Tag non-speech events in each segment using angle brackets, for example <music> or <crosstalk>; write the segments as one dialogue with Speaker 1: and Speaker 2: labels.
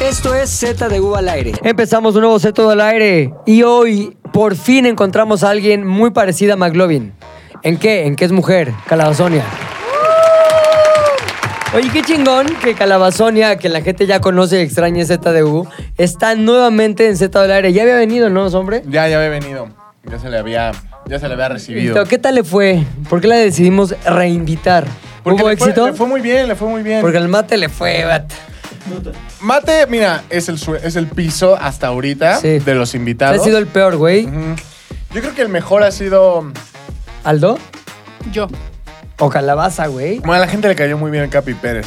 Speaker 1: Esto es Z de U al aire.
Speaker 2: Empezamos un nuevo set todo al aire y hoy por fin encontramos a alguien muy parecida a McLovin. ¿En qué? ¿En qué es mujer? Calabazonia.
Speaker 3: ¡Uh!
Speaker 2: Oye, qué chingón que Calabazonia, que la gente ya conoce y extraña ZDU, está nuevamente en Z del Aire. Ya había venido, ¿no, hombre?
Speaker 3: Ya, ya había venido. Ya se le había, ya se le había recibido.
Speaker 2: Listo, ¿Qué tal le fue? ¿Por qué la decidimos reinvitar?
Speaker 3: Porque
Speaker 2: ¿Hubo
Speaker 3: le fue-
Speaker 2: éxito?
Speaker 3: le fue muy bien, le fue muy bien.
Speaker 2: Porque al mate le fue, bat.
Speaker 3: Mate, mira, es el, sue- es el piso hasta ahorita
Speaker 2: Sí.
Speaker 3: de los
Speaker 2: Ha
Speaker 3: invitados.
Speaker 2: sido el peor, güey.
Speaker 3: Ujú. Yo creo que el mejor ha sido...
Speaker 2: ¿Aldo?
Speaker 4: Yo.
Speaker 2: ¿O Calabaza, güey?
Speaker 3: Bueno, a la gente le cayó muy bien el Capi Pérez.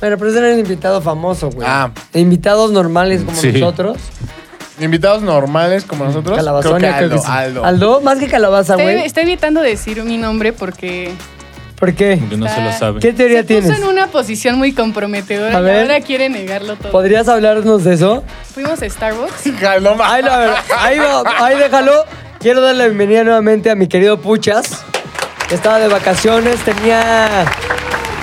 Speaker 2: Bueno, pero ese era el invitado famoso, güey.
Speaker 3: Ah.
Speaker 2: De invitados normales como nosotros.
Speaker 3: Invitados normales
Speaker 2: Mm,
Speaker 3: como nosotros.
Speaker 2: Calabazonia,
Speaker 3: creo que Aldo.
Speaker 2: sí.
Speaker 3: Aldo.
Speaker 2: Aldo, más que calabaza,
Speaker 4: Está,
Speaker 2: güey.
Speaker 4: está evitando decir mi nombre porque
Speaker 2: ¿Por qué?
Speaker 5: Que no se lo sabe.
Speaker 2: ¿Qué teoría
Speaker 4: se
Speaker 2: tienes?
Speaker 4: puso en una posición muy comprometedora
Speaker 2: A
Speaker 4: y
Speaker 2: ver.
Speaker 4: ahora quiere negarlo todo.
Speaker 2: ¿Podrías hablarnos de eso?
Speaker 4: Fuimos a Starbucks.
Speaker 2: <laughs>
Speaker 3: <laughs> Aldo ma-
Speaker 2: Ahí, la- a ver, ahí, va- ahí déjalo. Quiero dar la bienvenida nuevamente a mi querido Puchas. que Estaba de vacaciones, tenía,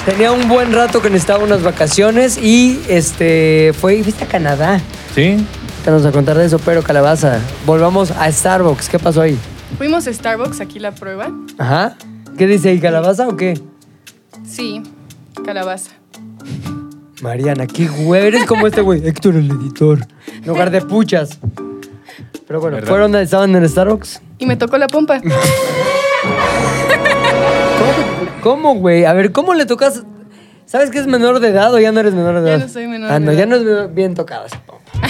Speaker 2: tenía un buen rato que necesitaba unas vacaciones y este fue, fuiste a Canadá.
Speaker 5: Sí,
Speaker 2: Te nos a contar de eso, pero calabaza. Volvamos a Starbucks. ¿Qué pasó ahí?
Speaker 4: Fuimos a Starbucks, aquí la prueba.
Speaker 2: Ajá. ¿Qué dice ahí, calabaza o qué?
Speaker 4: Sí, calabaza.
Speaker 2: Mariana, qué güey. Eres como este güey, Héctor el editor. En lugar de puchas. Pero bueno,
Speaker 5: ¿Verdad?
Speaker 2: fueron, estaban en el Starbucks.
Speaker 4: Y me tocó la pompa.
Speaker 2: ¿Cómo, güey? A ver, ¿cómo le tocas? ¿Sabes que es menor de edad o ya no eres menor de
Speaker 4: Ya
Speaker 2: edad?
Speaker 4: no soy menor
Speaker 2: Ah,
Speaker 4: de
Speaker 2: no,
Speaker 4: edad.
Speaker 2: ya no es menor- bien tocado. esa pompa.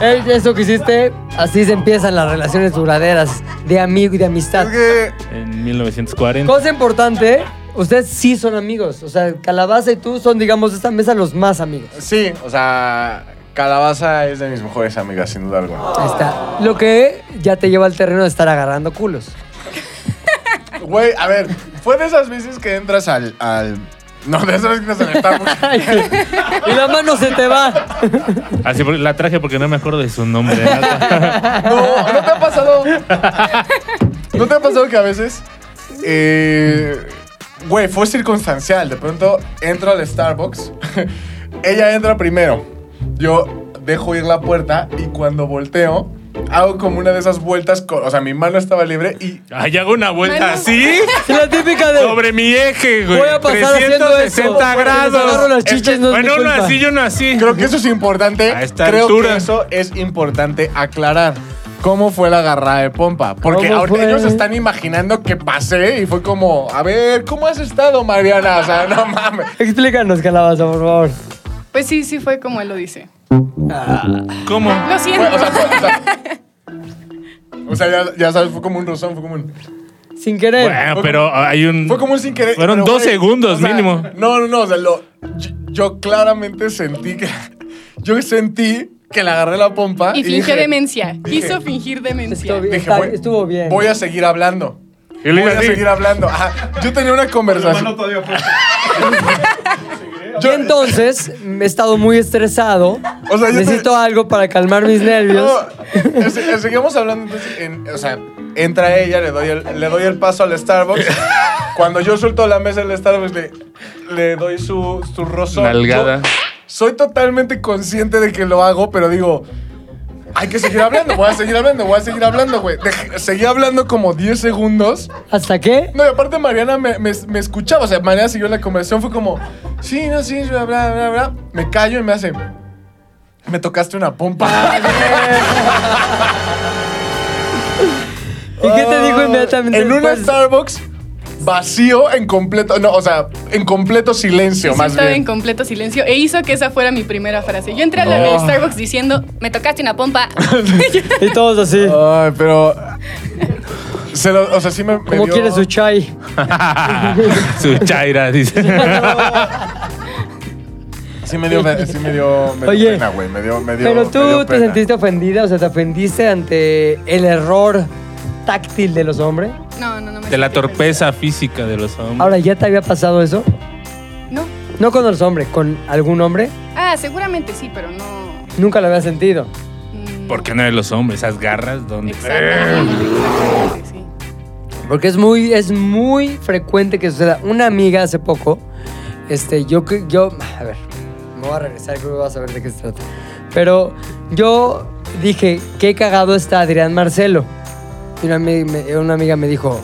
Speaker 2: Eh, <laughs> Eso que hiciste, así se empiezan las relaciones duraderas de amigo y de amistad.
Speaker 3: Es que
Speaker 5: en 1940.
Speaker 2: Cosa importante, ustedes sí son amigos. O sea, Calabaza y tú son, digamos, de esta mesa los más amigos.
Speaker 3: Sí, o sea, Calabaza es de mis mejores amigas, sin duda alguna.
Speaker 2: Ahí está. Lo que ya te lleva al terreno de estar agarrando culos.
Speaker 3: Güey, a ver, fue de esas veces que entras al. al... No, de esas veces que entras al
Speaker 2: <laughs>
Speaker 3: Starbucks.
Speaker 2: Ay, sí. <laughs> y la mano se te va.
Speaker 5: Así porque- la traje porque no me acuerdo de
Speaker 2: <laughs>
Speaker 5: su nombre.
Speaker 3: No, ¿no te ha pasado? ¿No te ha pasado que a veces. eh, Güey, fue circunstancial. De pronto entro al Starbucks. <laughs> Ella entra primero. Yo dejo ir la puerta y cuando volteo. Hago como una de esas vueltas, con- o sea, mi mano estaba libre y
Speaker 5: Ahí hago una vuelta
Speaker 4: Mano.
Speaker 5: así
Speaker 2: Es la típica de.
Speaker 5: sobre mi eje, güey.
Speaker 2: Voy a pasar haciendo
Speaker 5: 360
Speaker 2: eso. Porque les agarro
Speaker 5: grados. Este,
Speaker 2: las chiches, no es mi
Speaker 5: bueno, uno
Speaker 2: culpa.
Speaker 5: así y uno así.
Speaker 3: Creo que eso es importante.
Speaker 5: A esta
Speaker 3: Creo que
Speaker 5: altura.
Speaker 3: eso es importante aclarar. ¿Cómo fue la agarrada de pompa? Porque
Speaker 2: ¿Cómo
Speaker 3: ahorita
Speaker 2: fue?
Speaker 3: ellos están imaginando que pasé y fue como, a ver, ¿cómo has estado, Mariana? O sea, no mames.
Speaker 2: Explícanos, Calabaza, por favor.
Speaker 4: Pues sí, sí fue como él lo dice.
Speaker 5: ¿Cómo?
Speaker 4: Lo
Speaker 3: Fue-
Speaker 4: siento.
Speaker 3: o sea, fue- o sea- o sea, ya, ya sabes, fue como un rozón, fue como un,
Speaker 2: Sin querer.
Speaker 5: Bueno, pero hay un.
Speaker 3: fue como un sin querer.
Speaker 5: Fueron
Speaker 3: pero,
Speaker 5: dos
Speaker 3: güey,
Speaker 5: segundos
Speaker 3: o sea,
Speaker 5: mínimo.
Speaker 3: No, no, no, o sea, lo- yo, yo claramente sentí que, <laughs> yo sentí que le agarré la pompa.
Speaker 4: Y fingió
Speaker 3: dije-
Speaker 4: demencia. Quiso
Speaker 3: dije-
Speaker 4: fingir
Speaker 2: Estuvo
Speaker 4: demencia.
Speaker 2: bien.
Speaker 3: Dije,
Speaker 2: Está-
Speaker 3: voy-
Speaker 2: estuvo bien.
Speaker 3: Voy a seguir hablando.
Speaker 5: Y le
Speaker 3: voy
Speaker 5: hice
Speaker 3: a
Speaker 5: así.
Speaker 3: seguir hablando. Ajá, yo tenía una conversación.
Speaker 2: Yo entonces me he estado muy estresado.
Speaker 3: O sea, yo
Speaker 2: Necesito algo para calmar mis nervios.
Speaker 3: No, se- seguimos hablando entonces. en- o sea, entra ella, le doy, el, le doy el paso al Starbucks. Cuando yo suelto la mesa del Starbucks, le, le doy su, su
Speaker 2: <laughs>
Speaker 3: rozón.
Speaker 5: Nalgada.
Speaker 3: Yo soy totalmente consciente de que lo hago, pero digo. Hay que seguir hablando, voy a seguir hablando, voy a seguir hablando, güey. Dejé- Seguí hablando como 10 segundos
Speaker 2: ¿Hasta qué?
Speaker 3: No, y aparte Mariana me, me- me escuchaba, o sea, Mariana siguió la conversación, fue como, sí, no, sí, bla, bla, bla, bla. Me callo y me hace, me tocaste una pompa.
Speaker 2: <laughs> ¿Y qué te dijo inmediatamente?
Speaker 3: Ah, en un
Speaker 2: después?
Speaker 3: Starbucks vacío, en completo, no, o sea, en completo silencio,
Speaker 4: Sí,
Speaker 3: más
Speaker 4: estaba en
Speaker 3: bien.
Speaker 4: completo silencio e hizo que esa fuera mi primera frase. Yo entré a la de Starbucks diciendo, me tocaste una
Speaker 3: <laughs>
Speaker 4: pompa.
Speaker 2: Y todos así.
Speaker 3: Ay, pero... se lo- o sea, sí me... me
Speaker 2: ¿Cómo
Speaker 3: dio-
Speaker 2: quieres su chai?
Speaker 5: Ah, su chaira, dice.
Speaker 3: Sí me dio, sí me dio, me dio
Speaker 2: Oye,
Speaker 3: pena, güey, me dio, me dio-
Speaker 2: Pero
Speaker 3: me dio
Speaker 2: tú te
Speaker 3: pena.
Speaker 2: sentiste ofendida, o sea, te ofendiste ante el error táctil de los hombres.
Speaker 4: No, no, no me
Speaker 5: De la
Speaker 4: sentí ofendida.
Speaker 5: torpeza física de los hombres.
Speaker 2: Ahora, ¿ya te había pasado eso?
Speaker 4: No.
Speaker 2: No con los hombres, con algún hombre.
Speaker 4: Ah, seguramente sí, pero no.
Speaker 2: Nunca lo había sentido.
Speaker 4: mm,
Speaker 5: ¿Por qué no de los hombres? Esas garras, ¿dónde?
Speaker 4: Exactamente, exactamente, sí.
Speaker 2: Porque es muy, es muy frecuente que suceda. Una amiga hace poco, este, yo, que- yo, a ver, me voy a regresar, creo que vas a ver de qué se trata. Pero yo dije, qué cagado está Adrián Marcelo. Y una, ami- me- una amiga me dijo,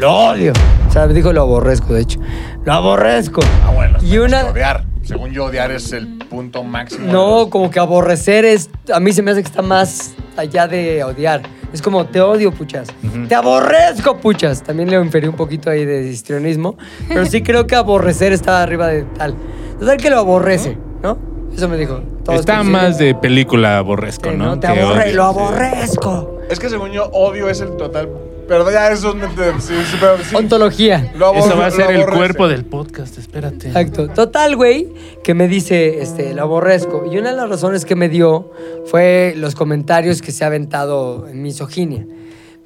Speaker 2: lo odio. O sea, me dijo, lo aborrezco, de hecho. Lo aborrezco.
Speaker 3: Ah, bueno.
Speaker 2: Y una-
Speaker 3: Odiar. Según yo, odiar es el punto máximo.
Speaker 2: No, como que aborrecer es. A mí se me hace que está más allá de odiar. Es como te odio, puchas. Te aborrezco, puchas. También le inferí un poquito ahí de histrionismo. Pero sí creo que aborrecer está arriba de tal. Total que lo aborrece, ¿no? Eso me dijo. Todos
Speaker 5: Está
Speaker 2: coinciden.
Speaker 5: más de película aborrezco,
Speaker 2: Sí,
Speaker 5: ¿no?
Speaker 2: Te
Speaker 5: Que
Speaker 2: aborre,
Speaker 5: odio,
Speaker 2: lo
Speaker 5: sí.
Speaker 2: aborrezco.
Speaker 3: Es que según yo, odio es el total. Perdón, ya eso es un. Sí, sí, pero sí.
Speaker 2: Ontología.
Speaker 3: Lo abor-
Speaker 5: Eso va a
Speaker 3: lo
Speaker 5: ser el
Speaker 3: aborrece.
Speaker 5: cuerpo del podcast, espérate.
Speaker 2: Exacto. Total, güey, que me dice, este, lo aborrezco. Y una de las razones que me dio fue los comentarios que se ha aventado en misoginia.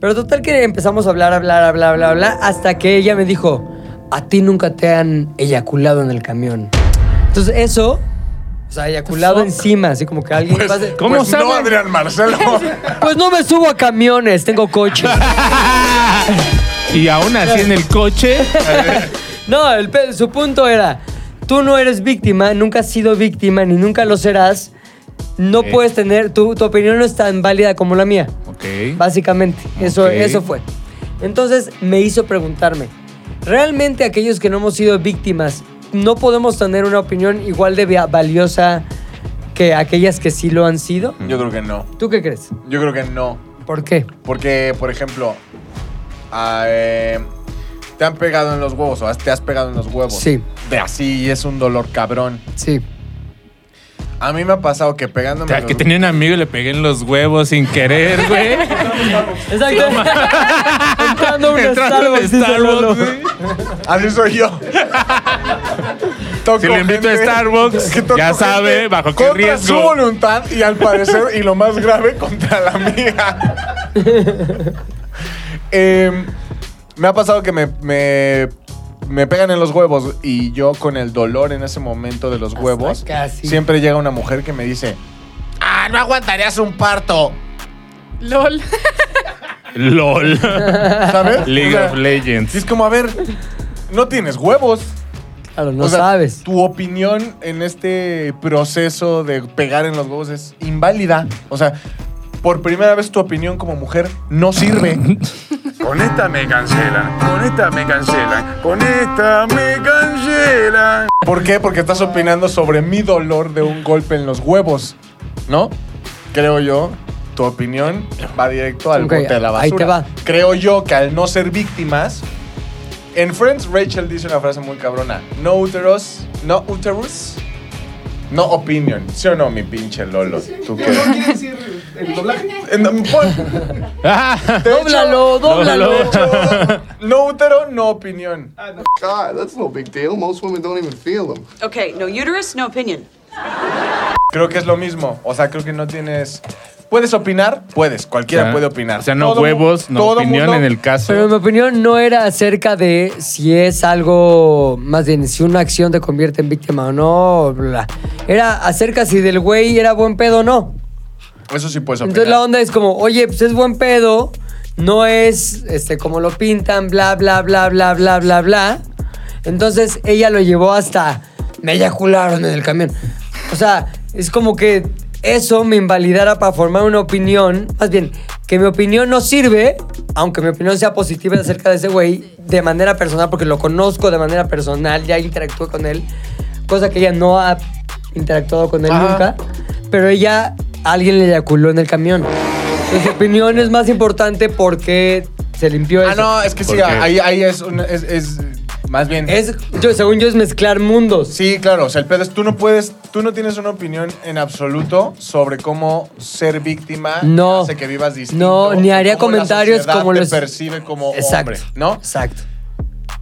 Speaker 2: Pero total que empezamos a hablar, hablar, hablar, hablar, hablar, hasta que ella me dijo, a ti nunca te han eyaculado en el camión. Entonces eso, o sea, eyaculado encima, así como que alguien...
Speaker 3: Pues,
Speaker 2: pase- Pues,
Speaker 5: ¿Cómo
Speaker 3: pues
Speaker 5: saben?
Speaker 3: No, Adrián
Speaker 5: <laughs>
Speaker 3: Marcelo.
Speaker 2: no me subo a camiones, tengo coche.
Speaker 5: <laughs> Y aún así en el coche.
Speaker 2: No, el pe- su punto era, tú no eres víctima, nunca has sido víctima ni nunca lo serás. No
Speaker 5: Ok.
Speaker 2: puedes tener, tu, tu opinión no es tan válida como la mía,
Speaker 5: Ok.
Speaker 2: básicamente. Eso,
Speaker 5: Ok.
Speaker 2: eso fue. Entonces me hizo preguntarme, ¿realmente aquellos que no hemos sido víctimas no podemos tener una opinión igual de va- valiosa que aquellas que sí lo han sido?
Speaker 3: Yo creo que no.
Speaker 2: ¿Tú qué crees?
Speaker 3: Yo creo que no.
Speaker 2: ¿Por qué?
Speaker 3: Porque, por ejemplo, ah, eh, te han pegado en los huevos o has- te has pegado en los huevos.
Speaker 2: Sí.
Speaker 3: De así y es un dolor cabrón.
Speaker 2: Sí.
Speaker 3: A mí me ha pasado que
Speaker 5: O
Speaker 3: pegándome.
Speaker 5: sea,
Speaker 3: los-
Speaker 5: que tenía un amigo y le pegué en los huevos sin querer, güey. <laughs>
Speaker 2: Exacto. Entrando a un
Speaker 5: Entrando en
Speaker 2: Starbucks, dice Lolo.
Speaker 5: Starbucks, güey.
Speaker 3: Así soy yo. Toco
Speaker 5: Si lo invito a
Speaker 3: gente
Speaker 5: Starbucks,
Speaker 3: que toco
Speaker 5: ya sabe
Speaker 3: gente
Speaker 5: bajo qué
Speaker 3: contra
Speaker 5: riesgo.
Speaker 3: su voluntad y al parecer, y lo más grave, contra la mía. Em, me ha pasado que me, me, me pegan en los huevos y yo con el dolor en ese momento de los huevos,
Speaker 2: casi.
Speaker 3: siempre llega una mujer que me dice, ah, no aguantarías un parto.
Speaker 4: LOL.
Speaker 5: <laughs> LOL.
Speaker 3: ¿Sabes?
Speaker 5: <laughs> League
Speaker 3: O sea,
Speaker 5: of Legends.
Speaker 3: y es como, a ver, no tienes huevos.
Speaker 2: Claro, no
Speaker 3: O sea,
Speaker 2: sabes.
Speaker 3: Tu opinión en este proceso de pegar en los huevos es inválida. O sea, por primera vez tu opinión como mujer
Speaker 2: <laughs>
Speaker 3: no sirve.
Speaker 6: Con esta me cancelan, con esta me cancelan, con esta me cancelan.
Speaker 3: ¿Por qué? Porque estás opinando sobre mi dolor de un golpe en los huevos, ¿no? Creo yo, tu opinión va directo al
Speaker 2: Ok,
Speaker 3: bote de la basura.
Speaker 2: ahí te va.
Speaker 3: Creo yo que al no ser víctimas. En Friends, Rachel dice una frase muy cabrona. No uteros, no uterus, no opinion. ¿Sí o no, mi pinche Lolo? ¿Tú qué? Eh, no, pon-
Speaker 5: <laughs> Ah,
Speaker 3: de hecho,
Speaker 2: Dóblalo, dóblalo.
Speaker 5: Dóblalo.
Speaker 3: No útero, no opinión.
Speaker 7: God, that's no big deal. Most women don't even feel them.
Speaker 8: Okay, no uterus, no opinion.
Speaker 3: Creo que es lo mismo. O sea, creo que no tienes. ¿Puedes opinar? Puedes. Cualquiera
Speaker 5: O sea,
Speaker 3: puede opinar.
Speaker 5: o sea, no
Speaker 3: Todo mu-
Speaker 5: huevos, no
Speaker 3: todo
Speaker 5: opinión
Speaker 3: mundo-
Speaker 5: en el
Speaker 2: Pero
Speaker 5: caso.
Speaker 2: mi opinión no era acerca de si es algo, más bien, si una acción te convierte en víctima o no. bla. Era acerca si del güey era buen pedo o no.
Speaker 3: Eso sí puedes opinar.
Speaker 2: Entonces la onda es como, oye, pues es buen pedo, no es este, como lo pintan, bla, bla, bla, bla, bla, bla, bla. Entonces ella lo llevó hasta, me eyacularon en el camión. O sea, es como que eso me invalidara para formar una opinión, más bien, que mi opinión no sirve, aunque mi opinión sea positiva acerca de ese güey, de manera personal, porque lo conozco de manera personal, ya interactué con él, cosa que ella no ha interactuado con él
Speaker 3: Ajá.
Speaker 2: nunca pero ella, alguien le eyaculó en el camión. Entonces, Su opinión es más importante porque se limpió
Speaker 3: Ah,
Speaker 2: eso.
Speaker 3: no, es que sí,
Speaker 5: ¿Por qué?
Speaker 3: ahí, ahí es, un- es, es- Más bien.
Speaker 2: Es, yo, según yo, es mezclar mundos.
Speaker 3: Sí, claro. O sea, el pedo es tú no puedes. Tú no tienes una opinión en absoluto sobre cómo ser víctima
Speaker 2: No.
Speaker 3: hace que vivas distinto.
Speaker 2: No, ni
Speaker 3: y
Speaker 2: haría
Speaker 3: cómo la
Speaker 2: comentarios
Speaker 3: sociedad
Speaker 2: como
Speaker 3: te
Speaker 2: los-
Speaker 3: percibe como
Speaker 2: Exacto.
Speaker 3: hombre, ¿no?
Speaker 2: Exacto.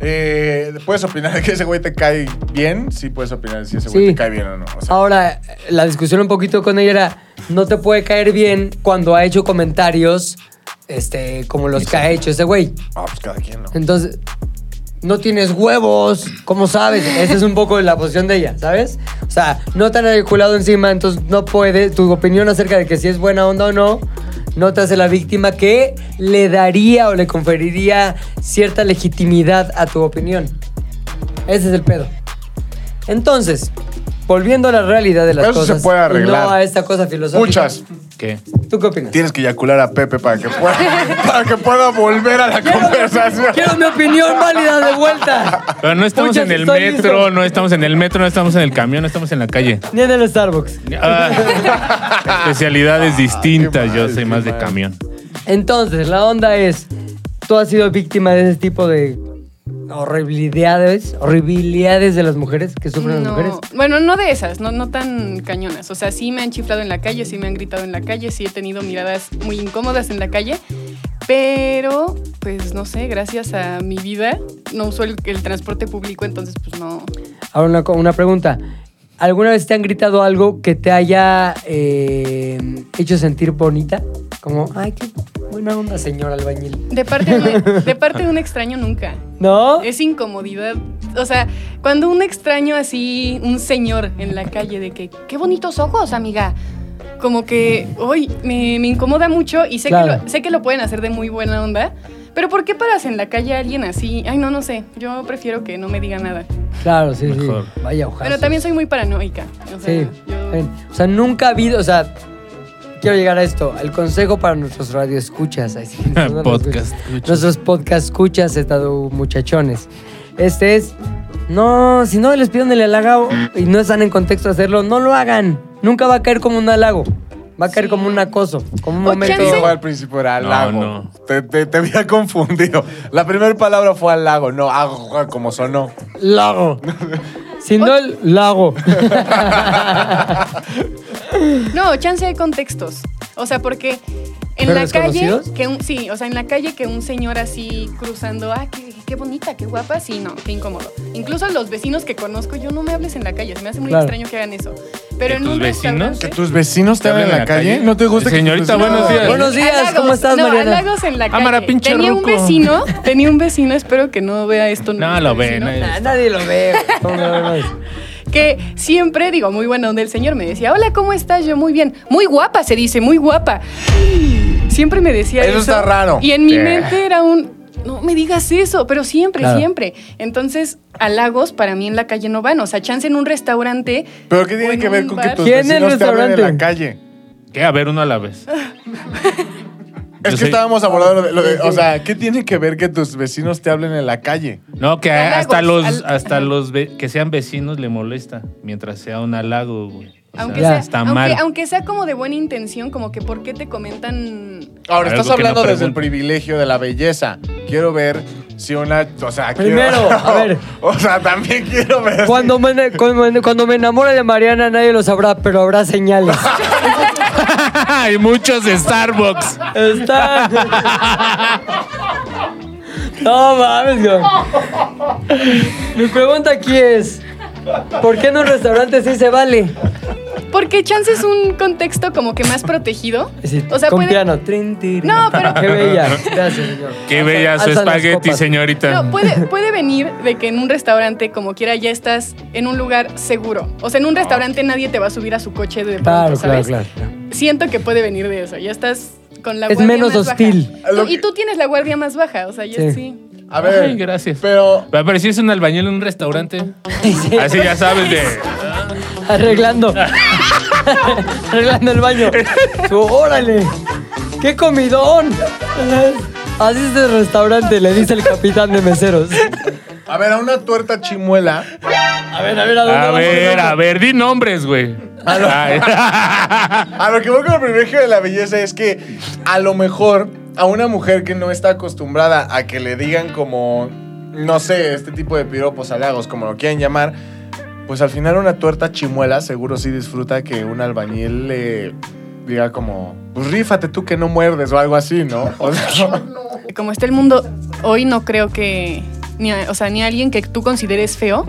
Speaker 3: Eh, puedes opinar de que ese güey te cae bien. Sí, puedes opinar si ese
Speaker 2: Sí. Ah.
Speaker 3: güey te cae bien o no. O sea,
Speaker 2: Ahora, la discusión un poquito con ella era, no te puede caer bien cuando ha hecho comentarios este, como los que ha hecho ese güey.
Speaker 3: ah, pues cada quien, ¿no?
Speaker 2: Entonces, no tienes huevos, ¿cómo sabes? Esa es un poco la posición de ella, ¿sabes? O sea, no te han eyaculado encima, entonces no puede. Tu opinión acerca de que si es buena onda o no, no te hace la víctima que le daría o le conferiría cierta legitimidad a tu opinión. Ese es el pedo. Entonces, volviendo a la realidad de las
Speaker 3: Eso se
Speaker 2: cosas.
Speaker 3: puede
Speaker 2: y
Speaker 3: arreglar.
Speaker 2: no a esta cosa filosófica.
Speaker 3: Muchas.
Speaker 5: ¿Qué?
Speaker 2: ¿Tú qué opinas?
Speaker 3: Tienes que eyacular a Pepe para
Speaker 2: <laughs>
Speaker 3: que pueda, para que pueda volver a la conversación.
Speaker 2: Quiero mi opinión válida de vuelta.
Speaker 3: <laughs>
Speaker 5: Pero no estamos
Speaker 2: Muchas,
Speaker 5: en el
Speaker 2: estoy
Speaker 5: metro,
Speaker 2: listo.
Speaker 5: no estamos en el metro, no estamos en el camión, no estamos en la calle.
Speaker 2: Ni en el Starbucks.
Speaker 5: Ah, especialidades distintas, yo soy más de camión.
Speaker 2: Entonces, la onda es, tú has sido víctima de ese tipo de horribilidades, horribilidades de las mujeres que sufren las mujeres.
Speaker 4: No, bueno, no de esas, no, no tan cañonas. O sea, sí me han chiflado en la calle, sí me han gritado en la calle, sí he tenido miradas muy incómodas en la calle. Pero, pues no sé, gracias a mi vida no uso el, el transporte público, entonces pues no.
Speaker 2: Ahora una, co- una pregunta. ¿Alguna vez te han gritado algo que te haya eh, hecho sentir bonita? Como, ay, qué buena onda, señor albañil.
Speaker 4: De parte de, un- de parte de un extraño nunca.
Speaker 2: ¿No?
Speaker 4: Es incomodidad. O sea, cuando un extraño así, un señor en la calle de que, qué bonitos ojos, amiga. Como que, hoy me, me incomoda mucho y sé,
Speaker 2: Claro.
Speaker 4: que lo, sé que lo pueden hacer de muy buena onda. Pero ¿por qué paras en la calle a alguien así? Ay, no, no sé. Yo prefiero que no me diga nada.
Speaker 2: Claro, sí,
Speaker 5: Mejor.
Speaker 2: sí. Vaya hoja.
Speaker 4: Pero también soy muy paranoica. O sea,
Speaker 2: Sí.
Speaker 4: yo-
Speaker 2: ven. O sea, nunca ha habido, o sea, quiero llegar a esto. El consejo para nuestros radioescuchas. ay, sí, <laughs> nuestros
Speaker 5: <laughs> Podcast
Speaker 2: radioescuchas,
Speaker 5: escuchas.
Speaker 2: Nuestros podcast escuchas, estado muchachones. Este es, no, si no les piden el halago y no están en contexto de hacerlo, no lo hagan. Nunca va a caer como un halago. Va a caer como un acoso, como un
Speaker 4: O
Speaker 2: momento.
Speaker 3: Sí,
Speaker 4: chance-
Speaker 3: fue al principio era
Speaker 5: No,
Speaker 3: lago.
Speaker 5: no.
Speaker 3: Te, te, te había confundido. La primera palabra fue al lago, no, hago como sonó.
Speaker 4: <laughs>
Speaker 2: Lago. Si no, el lago. <laughs>
Speaker 4: No, chance de contextos. O sea, porque en
Speaker 2: ¿Pero
Speaker 4: la calle.
Speaker 2: desconocidos?
Speaker 4: Que un, sí, o sea, en la calle que un señor así cruzando. Ah, qué, qué bonita, qué guapa. Sí, no, qué incómodo. Incluso los vecinos que conozco, yo no me hables en la calle. Se me hace muy
Speaker 2: Claro.
Speaker 4: extraño que hagan eso. Pero
Speaker 5: ¿Que
Speaker 4: en
Speaker 5: tus
Speaker 4: un
Speaker 5: vecinos?
Speaker 4: restaurante-
Speaker 3: ¿Tus vecinos te hablan en la calle? ¿No te gusta que tus
Speaker 5: Señorita,
Speaker 3: vecinos-
Speaker 5: buenos días.
Speaker 2: Buenos días,
Speaker 4: halagos,
Speaker 2: ¿cómo estás,
Speaker 4: no,
Speaker 2: Mariana?
Speaker 4: halagos en la calle.
Speaker 5: Amara, pinche
Speaker 4: tenía un
Speaker 5: ruco.
Speaker 4: vecino, tenía un vecino, espero que no vea esto.
Speaker 5: No,
Speaker 4: nunca,
Speaker 5: lo ve,
Speaker 4: vecino.
Speaker 5: no es-
Speaker 2: Nah, nadie lo ve. ¿Cómo lo ves?
Speaker 4: que siempre digo, muy buena onda el señor, me decía, hola, ¿cómo estás? Yo muy bien. Muy guapa, se dice, muy guapa. Siempre me decía eso.
Speaker 3: Eso está raro.
Speaker 4: Y en mi
Speaker 5: Sí.
Speaker 4: mente era un, no me digas eso, pero siempre,
Speaker 2: Claro.
Speaker 4: siempre. Entonces, halagos para mí en la calle no van. O sea, chance en un restaurante.
Speaker 3: ¿Pero qué
Speaker 4: o
Speaker 3: tiene
Speaker 4: en
Speaker 3: que ver
Speaker 4: un
Speaker 3: con que
Speaker 4: bar.
Speaker 3: tus
Speaker 2: ¿Quién en el
Speaker 3: vecinos te hablan en la
Speaker 2: restaurante?
Speaker 3: calle?
Speaker 5: ¿Qué? A ver, uno a la vez. Yo
Speaker 3: Es que
Speaker 5: soy-
Speaker 3: estábamos abordando lo de- lo de- O sea, ¿qué tiene que ver que tus vecinos te hablen en la calle?
Speaker 5: No, que
Speaker 4: Halagos,
Speaker 5: hasta los,
Speaker 4: al-
Speaker 5: hasta
Speaker 4: ajá.
Speaker 5: los ve- que sean vecinos le molesta mientras sea un halago, güey. O
Speaker 4: Aunque
Speaker 5: sea,
Speaker 4: sea,
Speaker 5: está
Speaker 4: aunque-
Speaker 5: mal.
Speaker 4: aunque sea como de buena intención, como que por qué te comentan
Speaker 3: Ahora,
Speaker 5: Algo
Speaker 3: estás
Speaker 5: que no
Speaker 3: hablando desde el
Speaker 5: pregunto.
Speaker 3: privilegio de la belleza. Quiero ver si una. O sea, quiero-
Speaker 2: Primero,
Speaker 3: <laughs>
Speaker 2: a ver.
Speaker 3: O sea, también quiero ver.
Speaker 2: Cuando me, ene- cuando, cuando me enamore de Mariana nadie lo sabrá, pero habrá señales.
Speaker 5: <laughs> Hay muchos Starbucks.
Speaker 2: Está. No mames, güey. Mi pregunta aquí es: ¿por qué en un restaurante sí se vale?
Speaker 4: Porque chance es un contexto como que más protegido.
Speaker 2: Es decir,
Speaker 4: O sea,
Speaker 2: con
Speaker 4: puede-
Speaker 2: piano. Trin, tirin.
Speaker 4: No, pero-
Speaker 2: Qué bella. Gracias, señor.
Speaker 5: Qué bella su
Speaker 2: Alzan las
Speaker 5: espagueti,
Speaker 2: copas.
Speaker 5: señorita.
Speaker 4: No, puede, puede venir de que en un restaurante, como quiera, ya estás en un lugar seguro. O sea, en un restaurante nadie te va a subir a su coche de pronto,
Speaker 2: Claro, claro,
Speaker 4: ¿sabes?
Speaker 2: claro.
Speaker 4: Siento que puede venir de eso. Ya estás con la
Speaker 2: Es
Speaker 4: guardia
Speaker 2: menos
Speaker 4: más
Speaker 2: hostil.
Speaker 4: baja. Tú- Y tú tienes la guardia más baja, o sea, ya
Speaker 2: Sí.
Speaker 4: sí.
Speaker 3: A ver.
Speaker 5: Ay, gracias.
Speaker 3: Pero.
Speaker 5: Va, Pero si es un albañil en un restaurante. <laughs> Así ya sabes de. <laughs>
Speaker 2: Arreglando. Arreglando el baño. Su- órale. ¡Qué comidón! Así es el restaurante, le dice el capitán de meseros.
Speaker 3: A ver, a una tuerta chimuela.
Speaker 2: A ver, a ver,
Speaker 5: A
Speaker 2: vamos?
Speaker 5: ver, a ver, di nombres, güey.
Speaker 3: <laughs>
Speaker 5: Ay.
Speaker 3: A lo que voy con el privilegio de la belleza es que a lo mejor a una mujer que no está acostumbrada a que le digan como, no sé, este tipo de piropos, halagos, como lo quieran llamar, pues al final una tuerta chimuela seguro sí disfruta que un albañil le diga como, pues rífate tú que no muerdes o algo así, ¿no?
Speaker 2: <laughs>
Speaker 3: O sea,
Speaker 4: Como está el mundo hoy, no creo que. Ni a- o sea, ni a alguien que tú consideres feo.